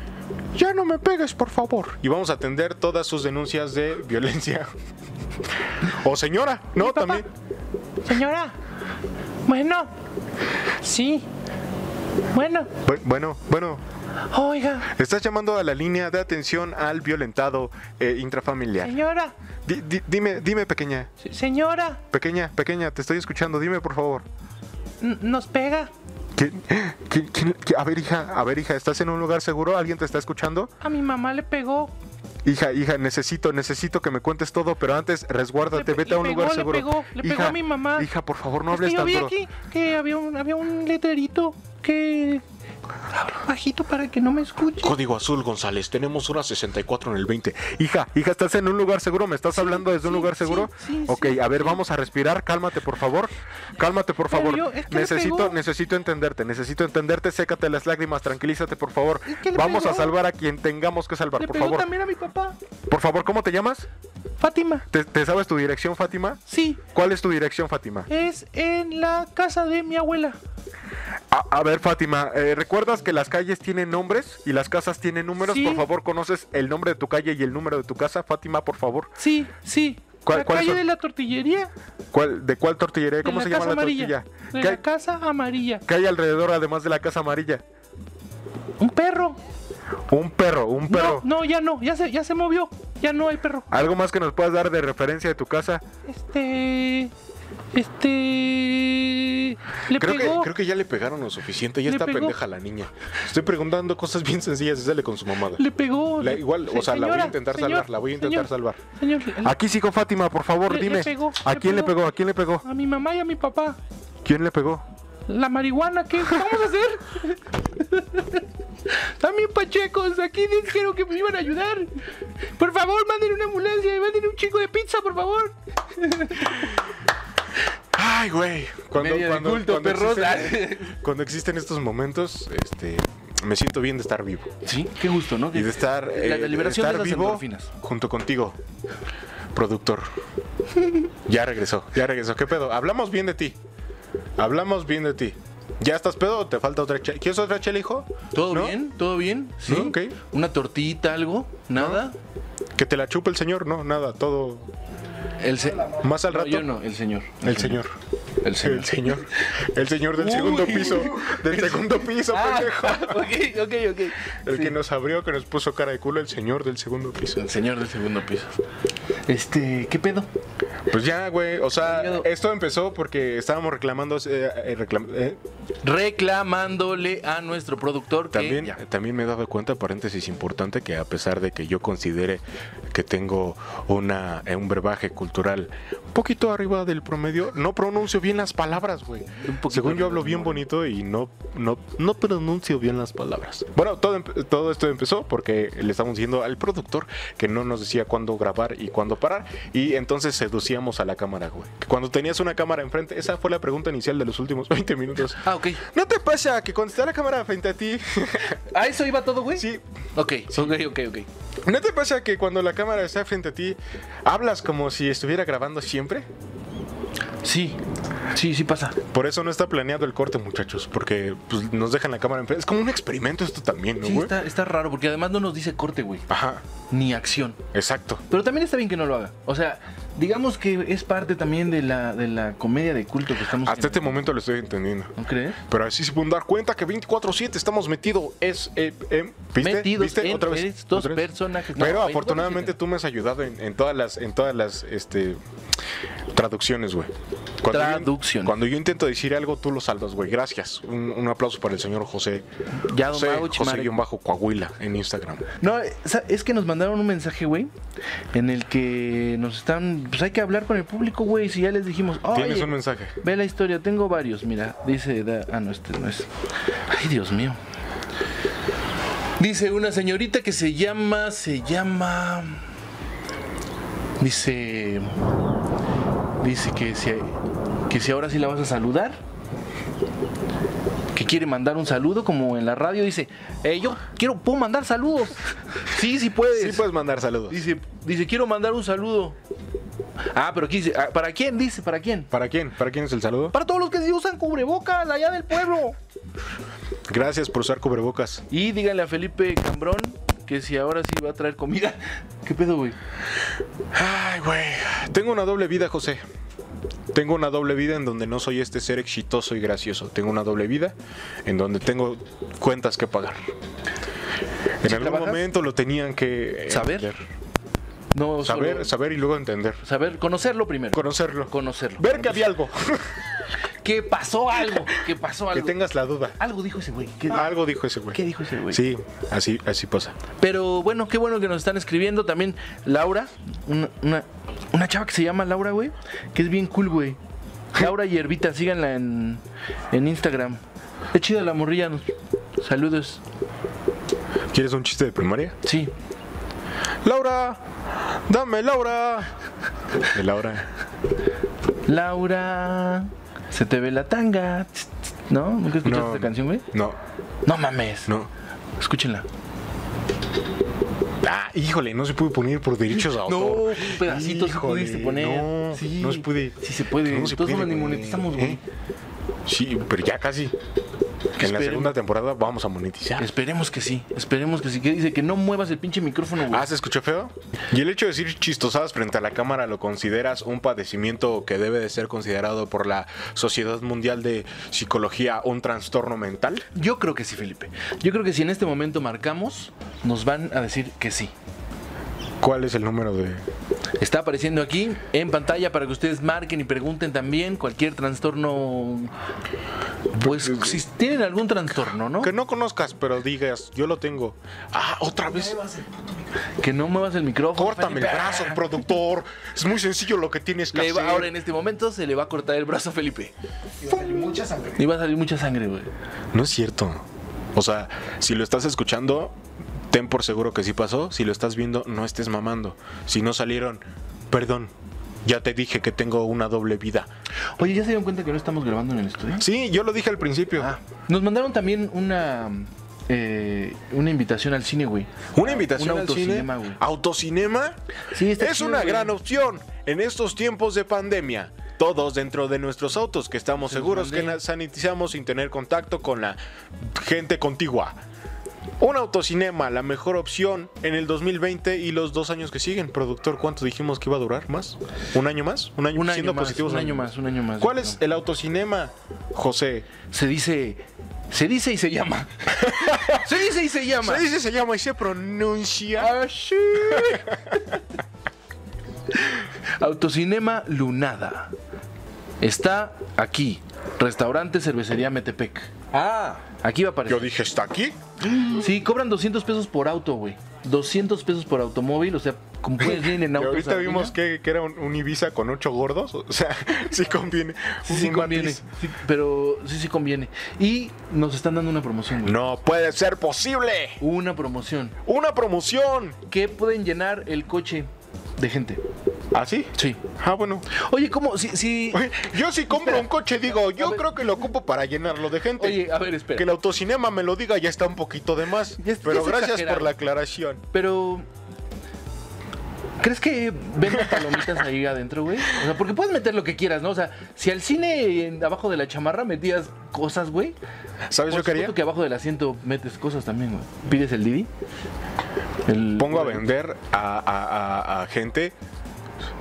E: ya no me pegues, por favor. Y vamos a atender todas sus denuncias de violencia. O señora, no, también.
F: Señora. Bueno. Sí. Bueno.
E: Bu- Bueno, bueno,
F: Oiga,
E: estás llamando a la línea de atención al violentado eh, intrafamiliar.
F: señora.
E: Di- di- dime, dime, pequeña.
F: se- Señora.
E: Pequeña, pequeña, te estoy escuchando, dime por favor.
F: n- Nos pega.
E: ¿Quién- quién- quién- qui- a ver, hija, a ver, hija, ¿estás en un lugar seguro? ¿Alguien te está escuchando?
F: A mi mamá le pegó.
E: Hija, hija, necesito, necesito que me cuentes todo, pero antes resguárdate,
F: Le pe-
E: vete a
F: le
E: un
F: pegó,
E: lugar
F: le
E: seguro.
F: pegó, le pegó
E: Hija,
F: a mi mamá.
E: Hija, por favor, no
F: Es que
E: hables
F: yo
E: tan
F: vi
E: duro.
F: aquí que había un, había un letrerito que... Bajito para que no me escuche.
E: Código azul, González, tenemos una 64 en el 20. Hija, hija, ¿estás en un lugar seguro? ¿Me estás hablando desde un
F: sí,
E: lugar seguro?
F: sí, sí,
E: ok,
F: sí,
E: a ver, vamos a respirar, cálmate, por favor. Cálmate, por
F: Pero
E: favor.
F: yo- es que le
E: necesito,
F: pegó.
E: necesito entenderte, necesito entenderte, sécate las lágrimas, tranquilízate, por favor.
F: Es que le
E: vamos a
F: pegó.
E: salvar a quien tengamos que salvar,
F: Le
E: por
F: pegó
E: favor.
F: también a mi papá.
E: Por favor, ¿cómo te llamas?
F: Fátima.
E: ¿Te, te sabes tu dirección, Fátima?
F: Sí,
E: ¿Cuál es tu dirección, Fátima?
F: es en la casa de mi abuela.
E: A, a ver, Fátima, eh, ¿recuerdas que las calles tienen nombres y las casas tienen números?
F: Sí.
E: Por favor, ¿conoces el nombre de tu calle y el número de tu casa, Fátima, por favor?
F: Sí, sí.
E: ¿Cuál-
F: la
E: cuáles
F: calle
E: son?
F: de la tortillería.
E: ¿Cuál, ¿De cuál tortillería?
F: de
E: ¿Cómo
F: la
E: se
F: casa
E: llama la
F: amarilla.
E: tortilla?
F: De
E: ¿Qué
F: la
E: hay,
F: casa amarilla.
E: qué hay alrededor además de la casa amarilla?
F: Un perro.
E: Un perro, un perro.
F: No, no, ya no, ya se, ya se movió. Ya no hay perro.
E: ¿Algo más que nos puedas dar de referencia de tu casa?
F: Este. Este. Le
E: Creo que,
F: pegó.
E: creo que ya le pegaron lo suficiente, ya
F: Le
E: está
F: pegó.
E: pendeja la niña. Estoy preguntando cosas bien sencillas y sale con su mamada.
F: Le pegó.
E: La-
F: le-
E: igual, o
F: se-
E: sea, la voy a
F: señora,
E: intentar
F: señor,
E: salvar, la voy a intentar
F: señor,
E: salvar. Ah.
F: Señor, le-
E: Aquí sigo, Fátima, por favor,
F: Le- le
E: dime.
F: pegó,
E: ¿A
F: le
E: quién le
F: pegó.
E: pegó? ¿A quién le pegó?
F: a mi mamá y a mi papá.
E: ¿Quién le pegó?
F: La marihuana, ¿qué, ¿Qué vamos a hacer? También pachecos, aquí dijeron que me iban a ayudar. Por favor, manden una ambulancia y manden un chico de pizza, por favor.
E: Ay, güey. Cuando,
D: Media de
E: cuando-
D: culto,
E: cuando
D: perros.
E: existen, cuando existen estos momentos, este, me siento bien de estar vivo.
D: Sí, qué gusto, ¿no?
E: Y de estar,
D: La-
E: eh,
D: la,
E: de
D: liberación de,
E: estar
D: las
E: vivo
D: endorfinas.
E: junto contigo, productor. Ya regresó, ya regresó. ¿Qué pedo? Hablamos bien de ti. Hablamos bien de ti. ¿Ya estás pedo o te falta otra chela? ¿Quieres otra chela, hijo?
D: ¿Todo
E: ¿No?
D: bien? ¿Todo bien? ¿Sí?
E: ¿No? Ok.
D: ¿Una tortillita, algo? ¿Nada?
E: ¿Que te la chupe el señor? No, nada, todo.
D: El se-
E: Más al
D: No,
E: rato.
D: yo no, el señor.
E: El señor.
D: El
E: El
D: señor.
E: señor. El señor del segundo piso. Del segundo piso,
D: Ah.
E: pendejo.
D: ok, ok, ok.
E: El que nos abrió, que nos puso cara de culo, el señor del segundo piso.
D: El señor del segundo piso. Este, ¿qué pedo?
E: Pues ya, güey. O sea,
D: Miedo.
E: esto empezó porque estábamos reclamando. eh, eh, reclam- eh,
D: Reclamándole a nuestro productor que
E: También,
D: ya.
E: también me he dado cuenta, paréntesis importante, que a pesar de que yo considere que tengo una, eh, un verbaje cultural un poquito arriba del promedio, no pronuncio bien las palabras, güey.
D: Un poquito
E: Según yo
D: arriba
E: hablo
D: del
E: bien bonito y no, no, no pronuncio bien las palabras. Bueno, todo, empe- todo esto empezó porque le estamos diciendo al productor que no nos decía cuándo grabar y cuándo parar, y entonces seducíamos a la cámara, güey. Que Cuando tenías una cámara enfrente, esa fue la pregunta inicial de los últimos 20 minutos.
D: Ah, ok.
E: ¿No te pasa que cuando está la cámara frente a ti?
D: ¿A eso iba todo, güey?
E: sí.
D: Ok, ok, ok, ok.
E: ¿No te pasa que cuando la cámara está frente a ti, hablas como si estuviera grabando siempre?
D: Sí, sí, sí pasa.
E: Por eso no está planeado el corte, muchachos, porque pues, nos dejan la cámara enfrente. Es como un experimento esto también, ¿no,
D: Sí,
E: güey?
D: está, está raro, porque además no nos dice corte, güey,
E: Ajá,
D: ni acción.
E: exacto.
D: Pero también está bien que no lo haga. O sea, digamos que es parte también de la, de la comedia de culto que estamos
E: Hasta este
D: haciendo.
E: momento lo estoy entendiendo.
D: ¿No crees?
E: Pero así se pueden dar cuenta que 24-7 estamos metidos. Es, eh, em, ¿viste?
D: Metidos
E: ¿Viste?
D: en
E: otra vez.
D: estos
E: otra vez.
D: personajes. No,
E: Pero
D: 24/7.
E: afortunadamente tú me has ayudado en, en todas las, en todas las este, traducciones, güey. Cuando yo-
D: Traducciones.
E: cuando yo intento decir algo, tú lo salvas, güey. Gracias. Un, un aplauso para el señor José.
D: Ya, don
E: José,
D: Mau Chimare.
E: José-Coahuila en Instagram.
D: No, sa- es que nos mandaron un mensaje, güey, en el que nos están. Pues hay que hablar con el público, güey. Si ya les dijimos.
E: Tienes
D: "Oye,
E: un mensaje.
D: Ve la historia, tengo varios, mira, dice... da- ah, no, este no es. Ay, Dios mío. Dice una señorita que se llama, se llama... Dice... Dice que si, que si ahora sí la vas a saludar. Que quiere mandar un saludo, como en la radio dice, "Eh, yo quiero, puedo mandar saludos. sí, sí puedes.
E: Sí puedes mandar saludos.
D: Dice, dice, quiero mandar un saludo. Ah, pero aquí dice, ah, ¿para quién? Dice, ¿para quién?
E: ¿Para quién? ¿Para quién es el saludo?
D: Para todos los que se usan cubrebocas allá del pueblo.
E: Gracias por usar cubrebocas.
D: Y díganle a Felipe Cambrón que si ahora sí va a traer comida. ¿Qué pedo, güey?
E: Ay, güey. Tengo una doble vida, José. Tengo una doble vida en donde no soy este ser exitoso y gracioso. Tengo una doble vida en donde tengo cuentas que pagar. En algún
D: trabajas?
E: momento lo tenían que eh,
D: ¿Saber?
E: entender.
D: No,
E: saber,
D: solo-
E: saber y luego entender,
D: saber, conocerlo primero.
E: conocerlo,
D: conocerlo.
E: ver que había algo,
D: Que pasó algo, que pasó
E: que
D: algo.
E: tengas la duda.
D: Algo dijo ese güey. ¿Qué,
E: Algo dijo ese güey.
D: qué dijo ese güey?
E: Sí, así, así pasa.
D: Pero bueno, qué bueno que nos están escribiendo. También Laura, una, una, una chava que se llama Laura, güey, que es bien cool, güey. Laura Hierbita, síganla en, en Instagram. Es chida la morrilla. nos- Saludos.
E: ¿Quieres un chiste de primaria?
D: Sí.
E: Laura, dame Laura. De Laura.
D: Laura, se te ve la tanga. Tss, tss. ¿No? ¿Nunca escuchaste esta canción, güey?
E: No,
D: No mames.
E: no.
D: Escúchenla.
E: Ah, híjole, no se pudo poner por derechos a autor.
D: un pedacito sí
E: Híjole,
D: pudiste poner.
E: No,
D: Sí.
E: no se pude.
D: Sí se puede.
E: No
D: De todas formas, ni
E: güey.
D: monetizamos, güey.
E: ¿Eh? Sí, pero ya casi. Que en la
D: Esperen.
E: segunda temporada vamos a monetizar.
D: Esperemos que sí. Esperemos que sí. Que dice que no muevas el pinche micrófono, güey.
E: Ah, ¿se escuchó feo? ¿Y el hecho de decir chistosadas frente a la cámara lo consideras un padecimiento que debe de ser considerado por la Sociedad Mundial de Psicología un trastorno mental?
D: Yo creo que sí, Felipe. Yo creo que si en este momento marcamos, nos van a decir que sí.
E: ¿Cuál es el número de...?
D: Está apareciendo aquí en pantalla para que ustedes marquen y pregunten también cualquier trastorno. Pues si tienen algún trastorno, ¿no?
E: Que no conozcas, pero digas, yo lo tengo. Ah, otra vez.
D: Que no muevas el micrófono.
E: Córtame el
D: Felipe.
E: brazo, productor. Es muy sencillo lo que tienes que
D: Le va- ahora
E: hacer.
D: en este momento se le va a cortar el brazo a Felipe. Y va a salir mucha sangre. güey.
E: No es cierto. O sea, si lo estás escuchando, ten por seguro que sí pasó. Si lo estás viendo, no estés mamando. Si no salieron, perdón. Ya te dije que tengo una doble vida.
D: Oye, ¿ya se dieron cuenta que no estamos grabando en el estudio?
E: Sí, yo lo dije al principio.
D: Nos mandaron también una eh, una invitación al cine, güey.
E: Una invitación
D: Un
E: al cine.
D: autocinema, güey.
E: ¿Autocinema?
D: Sí, está
E: es
D: Este chido,
E: una
D: güey.
E: gran opción en estos tiempos de pandemia. Todos dentro de nuestros autos que estamos seguros que
D: mandé.
E: na- sanitizamos sin tener contacto con la gente contigua. Un autocinema, la mejor opción en el 2020 y los dos años que siguen. Productor, ¿cuánto dijimos que iba a durar? ¿Más? ¿Un año más? ¿Un año,
D: Un año
E: siendo
D: más,
E: positivos?
D: un año más, un año más.
E: ¿Cuál
D: yo
E: es
D: creo.
E: el autocinema, José?
D: Se dice. Se dice y se llama. se dice y se llama.
E: Se dice, se llama y se pronuncia.
D: Así. Autocinema Lunada. Está aquí. Restaurante Cervecería Metepec.
A: Ah,
D: Aquí va
E: Yo
D: a aparecer.
E: dije, ¿está aquí?
D: Sí, cobran 200 pesos por auto, güey. 200 pesos por automóvil, o sea, como puedes ir en
E: Y
D: auto.
E: ahorita
D: esa
E: vimos
D: línea.
E: que, que era un, un Ibiza con ocho gordos. O sea, sí conviene.
D: Sí,
E: un
D: sí
E: matiz.
D: conviene. sí, pero sí, sí conviene. Y nos están dando una promoción, güey.
E: No puede ser posible.
D: Una promoción.
E: Una promoción.
D: Que pueden llenar el coche de gente.
E: ¿Ah, sí?
D: Sí.
E: Ah, bueno.
D: Oye, ¿cómo? Sí, sí.
E: Oye, Yo si compro un coche, digo, yo
D: ver.
E: creo que lo ocupo para llenarlo de gente.
D: Oye, a ver, espera.
E: que el autocinema me lo diga ya está un poquito de más.
D: Ya es-
E: pero
D: ya
E: gracias
D: es
E: por
D: exagerado.
E: la aclaración.
D: Pero. ¿Crees que venga palomitas ahí adentro, güey? O sea, porque puedes meter lo que quieras, ¿no? O sea, si al cine en- abajo de la chamarra metías cosas, güey.
E: ¿Sabes Pues yo
D: por
E: quería?
D: supuesto que abajo del asiento metes cosas también, güey. ¿Pides el Didi? El-
E: Pongo a vender a, a- a- a gente.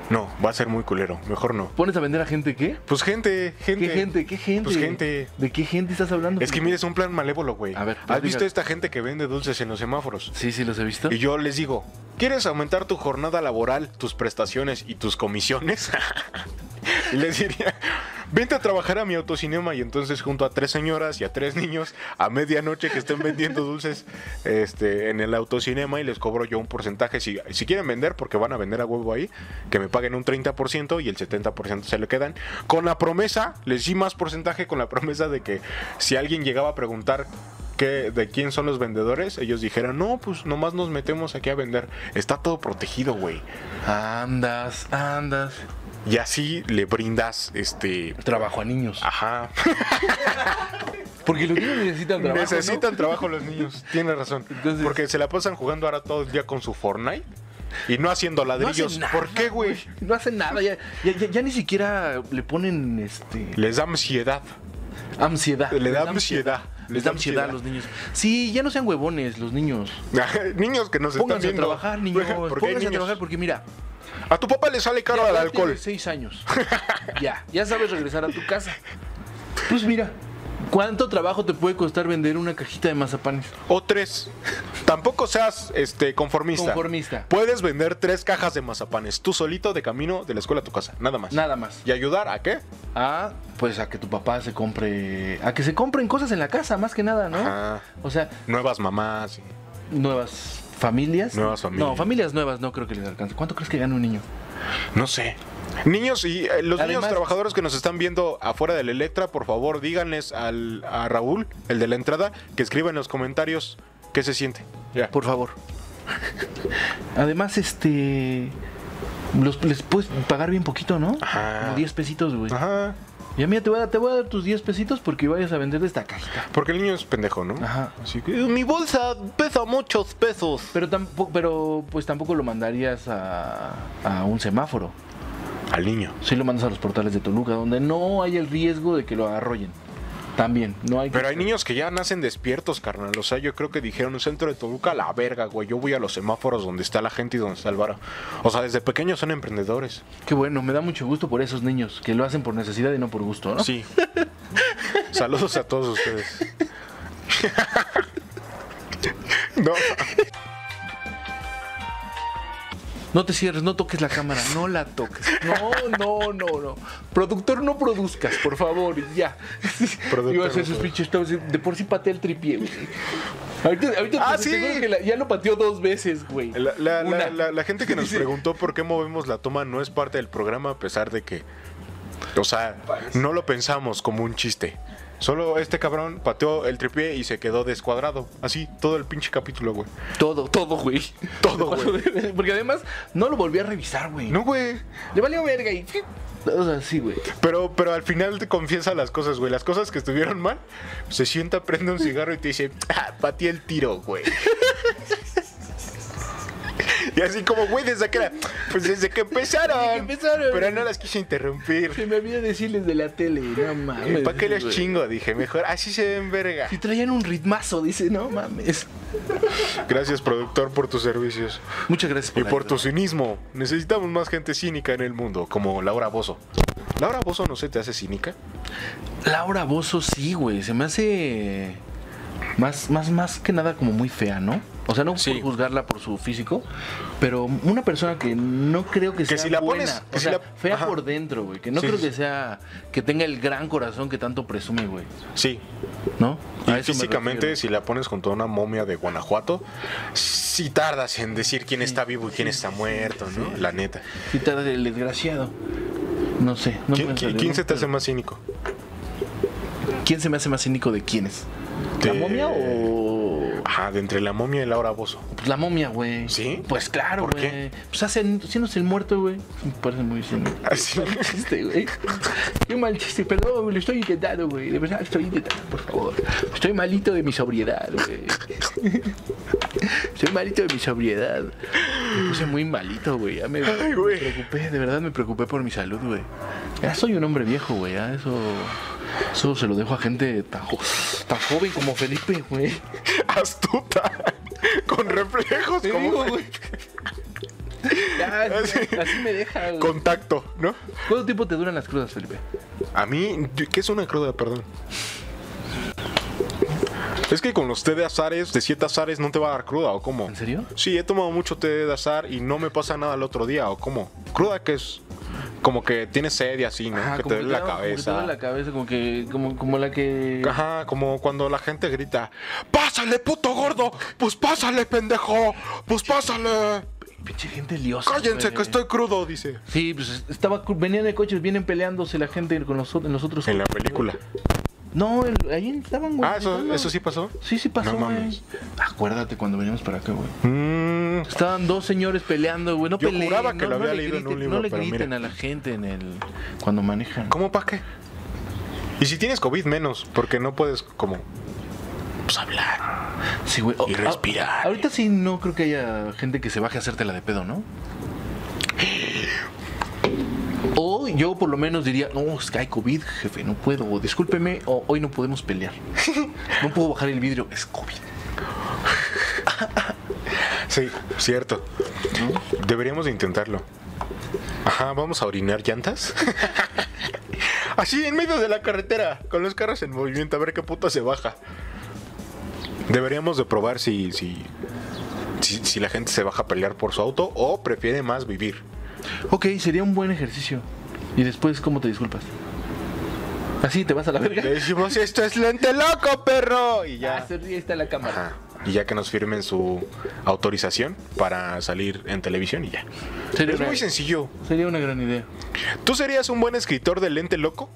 E: No, va a ser muy culero. Mejor no.
D: ¿Pones a vender a gente qué?
E: Pues gente, gente.
D: ¿Qué gente? ¿Qué gente?
E: Pues gente.
D: ¿De qué gente estás hablando?
E: Es que mira, es un plan malévolo, güey.
D: A ver,
E: ¿Has visto
D: platícalo.
E: esta gente que vende dulces en los semáforos?
D: Sí, sí, los he visto.
E: Y yo les digo, ¿quieres aumentar tu jornada laboral, tus prestaciones y tus comisiones? Y les diría, vente a trabajar a mi autocinema y entonces junto a tres señoras y a tres niños a medianoche que estén vendiendo dulces este, en el autocinema y les cobro yo un porcentaje. Si, si quieren vender, porque van a vender a huevo ahí, que me paguen un 30% y el 70% se le quedan. Con la promesa, les di más porcentaje con la promesa de que si alguien llegaba a preguntar que de quién son los vendedores, ellos dijeran, no, pues nomás nos metemos aquí a vender. Está todo protegido, güey.
D: Andas, andas.
E: Y así le brindas este...
D: Trabajo a niños.
E: Ajá.
D: Porque los niños necesitan trabajo. ¿no?
E: Necesitan trabajo los niños, tienes razón.
D: Entonces-
E: Porque se la pasan jugando ahora todo el día con su Fortnite y no haciendo ladrillos.
D: hacen nada,
E: ¿Por qué, güey?
D: No hacen nada, ya, ya, ya- ya ni siquiera le ponen este
E: Les da ansiedad.
D: ansiedad.
E: Le
D: Les
E: da ansiedad.
D: Les da ansiedad a los niños. Sí, ya no sean huevones los niños.
E: niños que nos están
D: Pónganse a
E: viendo.
D: trabajar, niños.
E: Porque hay
D: Pónganse a
E: niños.
D: trabajar porque mira,
E: A tu papá le sale caro
D: ya
E: al
D: tienes
E: alcohol.
D: seis años. ya, ya sabes regresar a tu casa. Pues mira, ¿cuánto trabajo te puede costar vender una cajita de mazapanes?
E: O tres. Tampoco seas este conformista.
D: Conformista.
E: Puedes vender tres cajas de mazapanes tú solito de camino de la escuela a tu casa. Nada más.
D: Nada más.
E: ¿Y ayudar a qué?
D: Ah, pues a que tu papá se compre, a que se compren cosas en la casa, más que nada, ¿no?
E: Ajá.
D: O sea,
E: Nuevas mamás.
D: nuevas familias.
E: Nuevas familias.
D: No, familias nuevas no creo que les alcance. ¿Cuánto crees que gana un niño?
E: No sé. Niños y eh, los niños
D: Además-
E: trabajadores que nos están viendo afuera del Electra, por favor, díganles al, a Raúl, el de la entrada, que escriba en los comentarios qué se siente. Ya.
D: Por favor. Además, este. Los, les puedes pagar bien poquito, ¿no?
E: Ajá.
D: Como 10 pesitos, güey.
E: Ajá.
D: Ya mira, te voy, a, te voy a dar tus 10 pesitos porque vayas a vender de esta cajita.
E: Porque el niño es pendejo, ¿no?
D: Ajá.
E: Así que, mi bolsa pesa muchos pesos.
D: Pero tampoco, pero pues tampoco lo mandarías a, a un semáforo.
E: Al niño.
D: Sí lo mandas a los portales de Toluca, donde no hay el riesgo de que lo arrollen. También, no hay que-
E: Pero hay niños que ya nacen despiertos, carnal. O sea, yo creo que dijeron un centro de Toluca a la verga, güey. Yo voy a los semáforos donde está la gente y donde está el varo. O sea, desde pequeños son emprendedores.
D: Qué bueno, me da mucho gusto por esos niños que lo hacen por necesidad y no por gusto, ¿no?
E: Sí. Saludos a todos ustedes. No,
D: No te cierres, no toques la cámara, no la toques. No, no, no, no. Productor, no produzcas, por favor, ya.
E: Productor,
D: Iba a hacer
E: no
D: sus
E: produ-
D: pinches tablas, De por sí patea el tripié, güey. Ahorita, ahorita
E: Ah,
D: te
E: sí.
D: aseguro que la- ya lo pateó dos veces, güey.
E: la, la- la-
D: Una.
E: la- la gente que nos preguntó por qué movemos la toma no es parte del programa, a pesar de que, o sea, no lo pensamos como un chiste. Solo este cabrón pateó el tripié y se quedó descuadrado. Así, todo el pinche capítulo, güey.
D: Todo, todo, güey.
E: Todo, güey.
D: Porque además no lo volví a revisar, güey.
E: No, güey.
D: Le valió verga y. O sea, sí, güey.
E: Pero, pero al final te confiesa las cosas, güey. Las cosas que estuvieron mal, se sienta, prende un cigarro y te dice, ah, pateé el tiro, güey. Y así como, güey, desde que era- pues desde que empezaron.
D: Desde que empezaron.
E: Pero no las quise interrumpir.
D: Se me olvidó decirles de la tele, no mames.
E: ¿Para qué los
D: güey.
E: chingo? Dije, mejor así se ven verga.
D: Si traían un ritmazo, dice, no mames.
E: Gracias, productor, por tus servicios.
D: Muchas gracias
E: Y
D: la
E: por
D: ayuda.
E: tu cinismo. Necesitamos más gente cínica en el mundo, como Laura Bozo. ¿Laura Bozo no se te hace cínica?
D: Laura Bozo sí, güey. Se me hace. Más, más, más que nada como muy fea, ¿no? O sea, no
E: Sí.
D: por juzgarla por su físico, pero una persona que no creo que,
E: Que
D: sea
E: si la
D: buena,
E: pones- que
D: o
E: si
D: sea,
E: la-
D: fea
E: ajá.
D: por dentro, güey, que no
E: Sí,
D: creo
E: sí,
D: que sea que tenga el gran corazón que tanto presume, güey.
E: Sí.
D: ¿No?
E: Y
D: A eso me
E: físicamente,
D: refiero.
E: si la pones con toda una momia de Guanajuato, sí tardas en decir quién está vivo y quién está muerto, ¿no? La neta.
D: Sí, te hace el desgraciado. No sé. No
E: ¿Quién,
D: me
E: quién-
D: salió,
E: quién
D: no,
E: se te
D: pero-
E: hace más cínico?
D: ¿Quién se me hace más cínico de quiénes? ¿La
E: De-
D: momia o.?
E: Ajá, de entre la momia y Laura Bozo.
D: Pues la momia, güey.
E: ¿Sí?
D: Pues claro,
E: ¿Por qué?
D: güey. Pues hacen, haciéndose el muerto, güey. Me parece muy cínico.
E: Así.
D: chiste, Este, güey. Qué mal chiste, perdón, güey, lo estoy intentando, güey. De verdad, estoy intentando, por favor. Estoy malito de mi sobriedad, güey. Estoy malito de mi sobriedad. Me puse muy malito, güey. Ya me,
E: Ay, güey.
D: me preocupé, de verdad me preocupé por mi salud, güey. Ya soy un hombre viejo, güey. ya eso, eso se lo dejo a gente tan, jo- tan joven como Felipe, güey.
E: Astuta. Con reflejos,
D: Te
E: como
D: digo, güey. Ya, así, así me deja, güey.
E: contacto, ¿no?
D: ¿Cuánto tiempo te duran las crudas, Felipe?
E: A mí, ¿qué es una cruda, perdón? Es que con los té de azares, de siete azares, no te va a dar cruda, ¿o cómo?
D: ¿En serio?
E: Sí, he tomado mucho té de azar y no me pasa nada el otro día, ¿o cómo? Cruda que es como que tienes sed y así, ¿no?
D: Ajá,
E: que
D: Ah,
E: te
D: como
E: duele la
D: da- como que te
E: cabeza.
D: duele la cabeza, como que, como, como la que.
E: Ajá, como cuando la gente grita, ¡Pásale, puto gordo! ¡Pues pásale, pendejo! ¡Pues pásale!
D: Pinche gente liosa.
E: ¡Cállense
D: güey.
E: que estoy crudo! Dice.
D: Sí, pues estaba, cu- venían de coches, vienen peleándose la gente con los, o- en los otros.
E: En la película.
D: No, el- ahí estaban, güey.
E: Ah, ¿eso,
D: gritando.
E: eso sí pasó?
D: Sí, sí pasó,
E: No
D: güey.
E: mames.
D: Acuérdate cuando veníamos para acá, güey.
E: Mm,
D: Estaban dos señores peleando, güey. No
E: Yo
D: peleen.
E: juraba que
D: no,
E: lo
D: no
E: había
D: le
E: leído en
D: griten,
E: un libro,
D: No le
E: pero
D: griten
E: mira.
D: a la gente en el cuando manejan.
E: ¿Cómo pa' qué? Y si tienes COVID, menos, porque no puedes, como. Pues hablar.
D: Sí, güey. Oh,
E: Y
D: ah,
E: respirar.
D: ahorita sí no creo que haya gente que se baje a hacértela de pedo, ¿no? O yo por lo menos diría, no, es que hay COVID, jefe, no puedo. O discúlpeme, o hoy no podemos pelear. No puedo bajar el vidrio, es COVID.
E: Sí, cierto. Deberíamos de intentarlo. Ajá, vamos a orinar llantas. Así, en medio de la carretera, con los carros en movimiento, a ver qué puta se baja. Deberíamos de probar si, si, si, si la gente se baja a pelear por su auto o prefiere más vivir.
D: Ok, sería un buen ejercicio. Y después, ¿cómo te disculpas? Así te vas a la verga.
E: Le decimos, esto es lente loco, perro. Y
D: Ya,
E: ya.
D: se ríe, Ah, ahí está la cámara.
E: Ajá. Y ya que nos firmen su autorización para salir en televisión y ya.
D: Sería,
E: Es
D: una,
E: muy sencillo.
D: sería una gran idea.
E: ¿Tú serías un buen escritor de lente loco?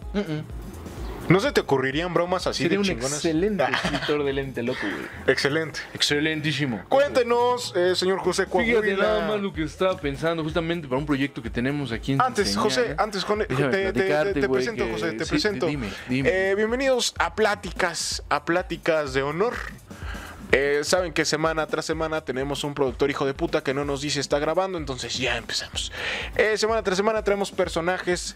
E: ¿No se te ocurrirían bromas así de
D: sería un
E: chingonas? Ah,
D: excelente escritor de lente loco, güey.
E: Excelente.
D: Excelentísimo.
E: Cuéntenos, eh, señor José
D: Fíjate nada más
E: Coahuila.
D: lo que estaba pensando justamente para un proyecto que tenemos aquí en
E: Antes,
D: Quinceañera.
E: José, antes, Jone-
D: ¿eh? Déjame
E: te, te- te-
D: platicarte,
E: te
D: güey,
E: presento,
D: que-
E: José, te
D: sí,
E: presento.
D: Dime, dime.
E: Eh, bienvenidos a Pláticas, a Pláticas de Honor. Eh, Saben que semana tras semana tenemos un productor hijo de puta que no nos dice está grabando, entonces ya empezamos. Eh, semana tras semana traemos personajes.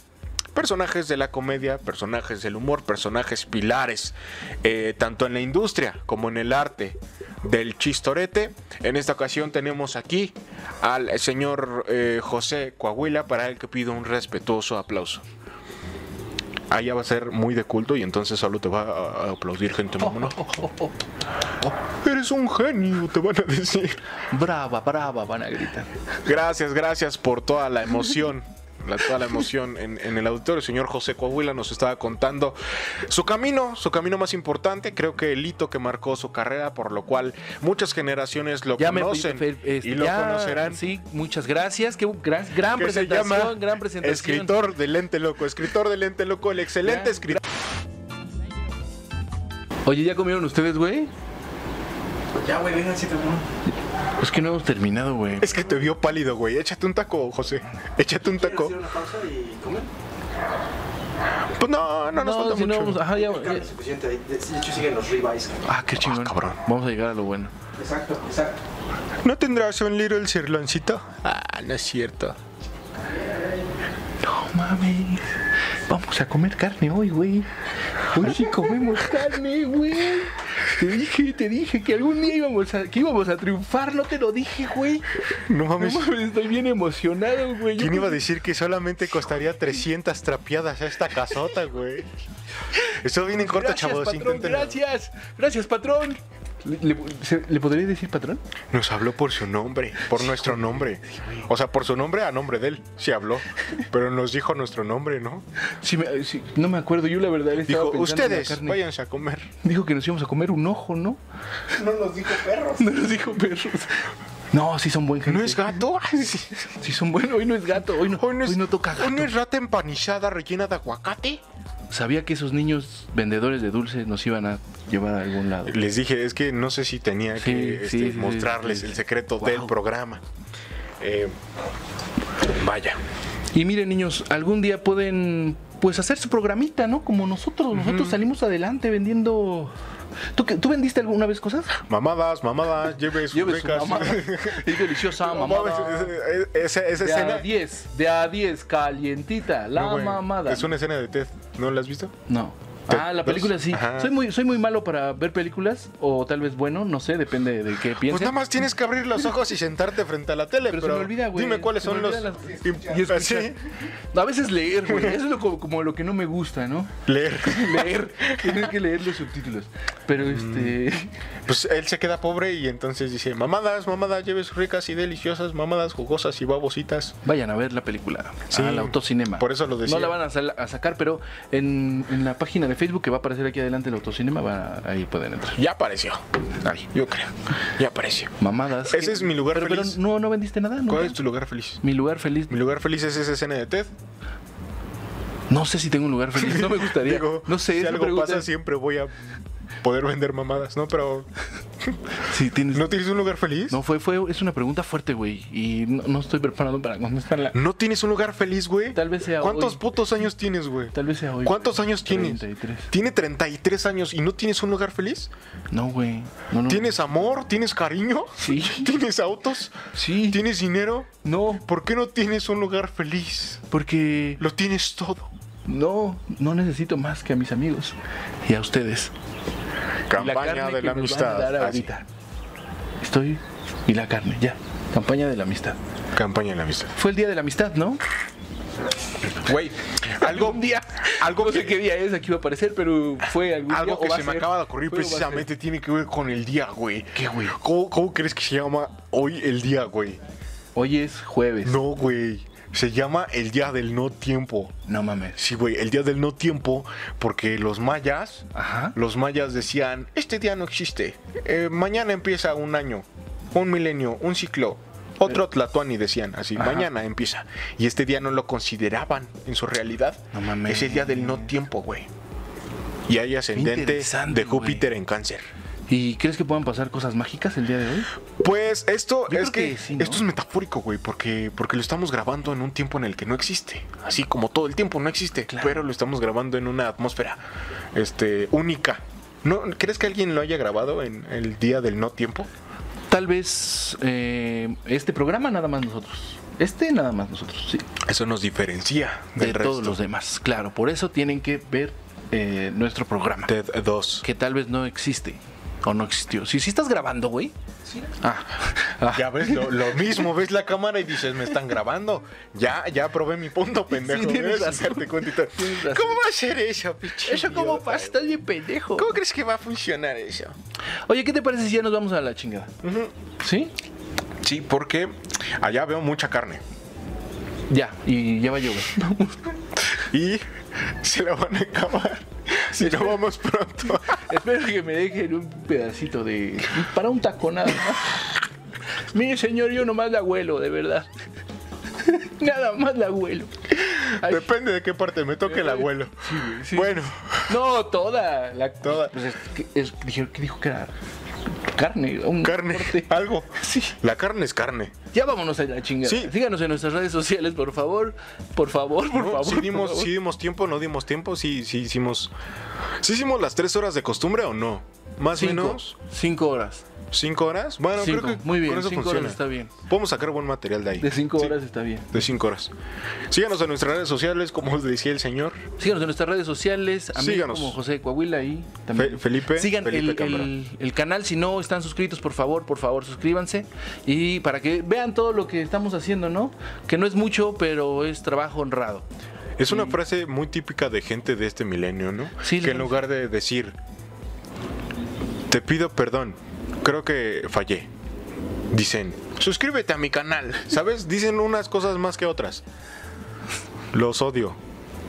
E: Personajes de la comedia, personajes del humor, personajes pilares, eh, tanto en la industria como en el arte del chistorete. En esta ocasión tenemos aquí al señor eh, José Coahuila, para el que pido un respetuoso aplauso. Allá va a ser muy de culto y entonces solo te va a a aplaudir gente mamona. Eres un genio, te van a decir.
D: Brava, brava, van a gritar.
E: Gracias, gracias por toda la emoción. La, toda la emoción en, en el auditorio. El señor José Coahuila nos estaba contando su camino, su camino más importante. Creo que el hito que marcó su carrera, por lo cual muchas generaciones lo
D: Ya me
E: conocen
D: Fer- este,
E: y lo
D: ya,
E: conocerán.
D: Sí, muchas gracias. Qué gran, gran
E: que se
D: presentación,
E: llama
D: gran presentación.
E: Escritor de Lente Loco, escritor de Lente Loco, el excelente
D: Ya.
E: escritor.
D: Oye, ¿ya comieron ustedes, güey?
G: Ya, güey, vengan, si te
D: Es que no hemos terminado, güey.
E: Es que te vio pálido, güey. Échate un taco, José. Échate un taco.
G: hacer una pausa y comer.
E: Pues no, no nos falta
D: si no
E: mucho.
D: vamos- ajá, ya-
G: Carne
D: ya-
G: suficiente. De, de- de hecho, siguen los ribeyes.
D: Ah, qué chingón.
E: cabrón.
D: Vamos a llegar a lo bueno.
G: Exacto, exacto.
E: ¿No tendrás un little cirloncito? Ah, no es cierto.
D: No mames. Vamos a comer carne hoy, güey. Hoy sí comemos carne, güey. Te dije, te dije que algún día íbamos a, que íbamos a triunfar, no te lo dije, güey.
E: No
D: No
E: mames.
D: mames, estoy bien emocionado, güey. Yo
E: ¿Quién iba a decir que solamente costaría 300 trapeadas esta casota, güey? Eso viene en corto,
D: Gracias,
E: chavos.
D: patrón,
E: inténtenlo.
D: gracias. Gracias, patrón. ¿Le, se- ¿le podría decir patrón?
E: Nos habló por su nombre, por nuestro nombre. O sea, por su nombre a nombre de él. Sí habló, pero nos dijo nuestro nombre, ¿no?
D: Sí, me- sí, no me acuerdo, yo la verdad estaba
E: Dijo,
D: pensando en la
E: ustedes,
D: carne".
E: váyanse a comer.
D: Dijo que nos íbamos a comer un ojo, ¿no?
G: No nos dijo perros.
D: No nos dijo perros. No, sí son buen gente.
E: ¿No es gato?
D: Sí son buenos. Hoy no es gato. Hoy no, hoy no, toca gato.
E: hoy no es rata empanizada rellena de aguacate?
D: Sabía que esos niños vendedores de dulce nos iban a llevar a algún lado.
E: Les dije, es que no sé si tenía
D: Sí,
E: que este,
D: sí, sí, sí,
E: mostrarles
D: sí.
E: el secreto
D: Wow.
E: del programa. Eh, vaya.
D: Y miren, niños, algún día pueden pues hacer su programita, ¿no? Como nosotros. Nosotros salimos adelante vendiendo. ¿Tú, qué- ¿Tú vendiste alguna vez cosas?
E: Mamadas, mamadas, lleve sus
D: Lleve su
E: becas.
D: mamada. Es deliciosa
E: No
D: mamada.
E: mames, es- es- Esa, esa
D: De a
E: escena.
D: 10, de a 10, calientita, la
E: No, güey,
D: mamada.
E: Es una escena de Ted. ¿No la has visto?
D: No.
E: Te-
D: Ah, la
E: dos.
D: película sí.
E: Ajá.
D: Soy muy, soy muy malo para ver películas, o tal vez bueno, no sé, depende de qué
E: Pues
D: pienses.
E: nada más tienes que abrir los ojos y sentarte frente a la tele. Pero,
D: Pero se me olvida, güey.
E: Dime cuáles
D: Se me
E: son los.
D: olvidan las-
E: Y
D: y
E: escuchar.
D: escuchar.
E: Sí,
D: a veces leer, güey. Eso es lo, como, como lo que no me gusta, ¿no?
E: leer.
D: Leer. Tienes que leer los subtítulos.
E: Mm.
D: Pero este.
E: Pues él se queda pobre y entonces dice: Mamadas, mamadas, lleves ricas y deliciosas, mamadas jugosas y babositas.
D: Vayan a ver la película.
E: Sí,
D: al autocinema.
E: por eso lo decía.
D: No la van a, sal- a sacar, pero en, en la página de Facebook que va a aparecer aquí adelante el autocinema, va- ahí pueden entrar.
E: Ya apareció. Ay, yo creo. Ya apareció.
D: Mamadas.
E: Ese es mi lugar
D: Pero-
E: feliz.
D: Pero no, no vendiste nada, ¿no?
E: ¿Cuál es tu lugar feliz?
D: Mi lugar feliz.
E: Mi lugar feliz es esa escena de Ted.
D: No sé si tengo un lugar feliz. No me gustaría.
E: Digo,
D: no sé.
E: si
D: esa
E: algo
D: pregunta-
E: pasa, siempre voy a poder vender mamadas, ¿no? Pero,
D: Sí, tienes.
E: ¿no tienes un lugar feliz?
D: No, fue, fue, es una pregunta fuerte, güey. Y no, no estoy preparado para contestarla.
E: ¿No tienes un lugar feliz, güey?
D: Tal vez sea
E: ¿Cuántos
D: hoy.
E: putos años tienes, güey?
D: Tal vez sea hoy.
E: ¿Cuántos años tienes?
D: 33.
E: Tiene 33 años y no tienes un lugar feliz.
D: No, güey. No, no.
E: ¿Tienes amor? ¿Tienes cariño?
D: Sí.
E: ¿Tienes autos?
D: Sí.
E: ¿Tienes dinero?
D: No,
E: ¿Por qué no tienes un lugar feliz?
D: porque
E: Lo tienes todo.
D: no, no necesito más que a mis amigos y a ustedes. Y la
E: Campaña
D: carne
E: de
D: que
E: la
D: nos van a
E: amistad.
D: dar
E: Así.
D: ahorita. Estoy y la carne, ya. Campaña de la amistad.
E: Campaña de la amistad.
D: Fue el día de la amistad, ¿no?
E: Güey, algo,
D: Algún día.
E: algo
D: no
E: que-
D: sé qué día es, aquí va a aparecer, pero fue algún día,
E: Algo
D: o
E: que
D: va a
E: se me
D: ser.
E: acaba de ocurrir
D: Fue o va a ser.
E: precisamente tiene que ver con el día, güey. ¿Qué, güey? ¿Cómo, cómo crees que se llama hoy el día, güey?
D: Hoy es jueves.
E: No, güey. Se llama el día del no tiempo.
D: No mames.
E: Sí, güey, el día del no tiempo, porque los mayas,
D: Ajá.
E: los mayas decían, este día no existe. Eh, mañana empieza un año, un milenio, un ciclo. Otro Tlatuani decían así,
D: Eh. Ajá.
E: mañana empieza. Y este día no lo consideraban en su realidad.
D: No mames.
E: Es el día del no tiempo, güey. Y hay ascendente
D: interesante,
E: de Júpiter en cáncer.
D: ¿Y crees que puedan pasar cosas mágicas el día de hoy?
E: Pues esto
D: Yo
E: es
D: creo
E: que,
D: que sí, ¿no?
E: esto es metafórico, güey, porque porque lo estamos grabando en un tiempo en el que no existe, así como todo el tiempo no existe, pero lo estamos grabando en una atmósfera este única. ¿No crees que alguien lo haya grabado en el día del no tiempo?
D: Tal vez eh, este programa nada más nosotros. Este nada más nosotros, sí.
E: Eso nos diferencia
D: De
E: del resto.
D: todos los demás, claro. Por eso tienen que ver eh, nuestro programa.
E: TED 2.
D: Que tal vez no existe. O no existió. Si sí estás grabando, güey. Ah. Ah.
E: Ya ves lo, lo mismo, ves la cámara y dices, me están grabando. Ya, ya probé mi punto, pendejo.
D: tienes
E: ¿ves?
D: razón.
E: Darte cuenta y todo.
D: Tienes razón.
E: ¿Cómo va a ser eso, pinche?
D: Eso como
E: idiota?
D: pasa, estás bien pendejo.
E: ¿Cómo crees que va a funcionar eso?
D: Oye, ¿qué te parece si ya nos vamos a la chingada? ¿Sí?
E: Sí, porque allá veo mucha carne.
D: Ya, y ya va a llover.
E: Y se la van a acabar. Si no vamos pronto.
D: Espero que me dejen un pedacito de. para un taco nada más. Mire, señor, yo nomás la huelo, de verdad. Nada más la huelo. Ay,
E: Depende de qué parte me toque el abuelo.
D: sí.
E: Bueno,
D: No, toda. La,
E: Toda.
D: Pues es, que- es- dijeron- ¿Qué dijo que era? Carne. un
E: carne,
D: corte.
E: algo.
D: Sí.
E: La carne es carne.
D: Ya vámonos a la chingada.
E: Sí.
D: Síganos en nuestras redes sociales, por favor. Por favor, por
E: ¿no?
D: favor.
E: Sí dimos,
D: por favor.
E: sí dimos tiempo, no dimos tiempo, sí, sí hicimos. ¿Sí hicimos las tres horas de costumbre o no? Más o
D: Cinco.
E: menos
D: Cinco horas.
E: cinco horas. Bueno,
D: Cinco.
E: creo que
D: Muy bien,
E: con eso
D: cinco
E: funciona.
D: horas está bien.
E: Podemos sacar buen material de ahí.
D: De cinco
E: Sí,
D: horas está bien.
E: De cinco horas. Síganos en nuestras redes sociales, como os decía el señor.
D: Síganos en nuestras redes sociales, a mí
E: Síganos.
D: como José de Coahuila y
E: Fe-
D: también.
E: Felipe-
D: Sigan
E: Felipe
D: el,
E: Cámara.
D: el- el canal, si no están suscritos, por favor, por favor, suscríbanse. Y para que vean todo lo que estamos haciendo, ¿no? Que no es mucho, pero es trabajo honrado.
E: Es una frase muy típica de gente de este milenio, ¿no?
D: Sí,
E: que en
D: la-
E: lugar de decir, te pido perdón, creo que fallé. Dicen, suscríbete a mi canal. ¿Sabes? Dicen unas cosas más que otras. Los odio.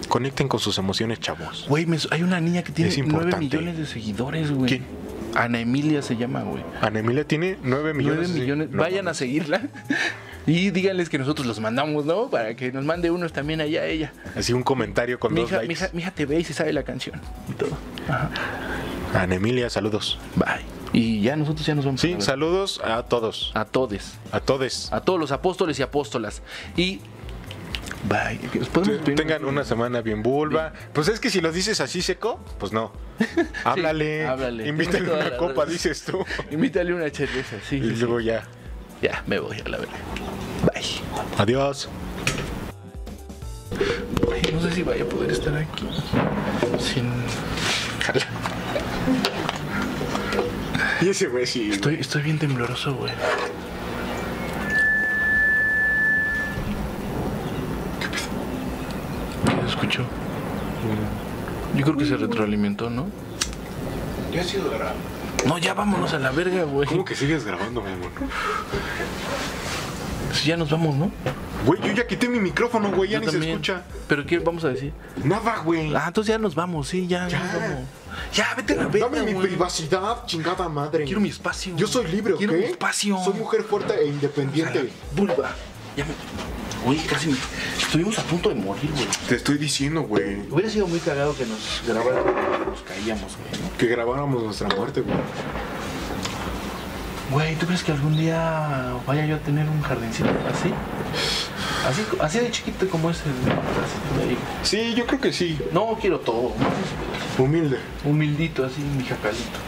E: Conecten con sus emociones, chavos.
D: Güey, me su- hay una niña que tiene
E: Es
D: 9
E: importante.
D: millones de seguidores, güey.
E: ¿Quién?
D: Ana Emilia se llama, güey.
E: Anemilia tiene 9
D: 9
E: millones. de-
D: millones.
E: No,
D: Vayan a seguirla. Y díganles que nosotros los mandamos, ¿no? Para que nos mande unos también allá a ella.
E: Así un comentario con
D: Mi
E: dos
D: hija,
E: likes.
D: mi, hija, mi hija te ve y se sabe la canción. Y todo.
E: Anemilia, saludos.
D: Bye. Y ya nosotros ya nos vamos
E: Sí,
D: a, la verga.
E: saludos a todos.
D: a todes.
E: A todos.
D: A todos los apóstoles y apóstolas. Y. Bye. ¿Nos podemos pedir-
E: Tengan una semana bien vulva. Pues es que si lo dices así seco, pues no. Háblale.
D: háblale. Tienes
E: Invítale
D: toda
E: una
D: la
E: copa,
D: razón.
E: dices tú.
D: Invítale una cerveza. Sí,
E: Y
D: sí, sí.
E: luego ya.
D: Ya, me voy a la verga. Bye.
E: Adiós.
D: Ay, No sé si vaya a poder estar aquí. Sin...
E: Y ese güey sí.
D: Estoy, estoy bien tembloroso, güey. ¿Qué escuchó? Yo creo que se retroalimentó, ¿no?
E: Ya has ido grabando.
D: No, ya vámonos a la verga, güey.
E: ¿Cómo que sigues grabando, mi amor?
D: Pues ya nos vamos, ¿no?
E: Güey, yo ya quité mi micrófono, güey. Ya
D: Yo
E: ni se
D: también.
E: escucha.
D: ¿Pero qué vamos a decir?
E: Nada, güey.
D: Ah, entonces ya nos vamos, sí, ya,
E: Ya.
D: nos vamos. Ya, vete a la verga,
B: Dame mi
D: güey.
B: privacidad, chingada madre.
D: Quiero mi espacio.
B: Yo soy libre, ¿ok?
D: Quiero mi espacio.
B: Soy mujer fuerte e independiente.
D: Vulva. Ya me... Güey, casi me... Estuvimos a punto de morir, güey.
B: Te estoy diciendo, güey,
D: Hubiera sido muy cagado que nos grabaran cuando nos caíamos, güey. ¿no?
B: que grabáramos nuestra muerte, güey.
D: Güey, ¿tú crees que algún día vaya yo a tener un jardincito así? Así, así de chiquito como ese. güey, así de ahí.
E: Sí, yo creo que sí.
D: No quiero todo.
B: Humilde.
D: Humildito así, mi jacalito.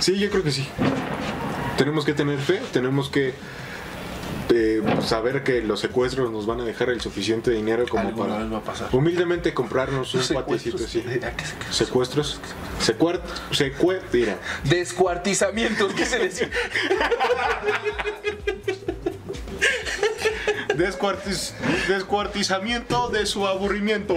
B: Sí, yo creo que sí. Tenemos que tener fe, tenemos que eh, saber que los secuestros nos van a dejar el suficiente dinero como
D: Alguna
B: para
D: vez va a pasar.
B: humildemente comprarnos un patecito así. Secuestros, secuart, secue, mira,
D: Descuartizamientos, ¿qué se decía?
B: descuartiz- descuartizamiento de su aburrimiento.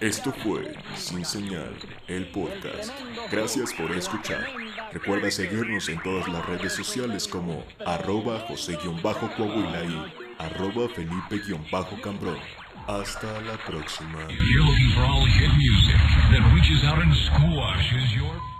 C: Esto fue Sin Señal, el podcast. Gracias por escuchar. Recuerda seguirnos en todas las redes sociales como arroba José-Coahuila y arroba Felipe-Cambrón. Hasta la próxima.
H: If you're looking for all hit music that reaches out and squashes your...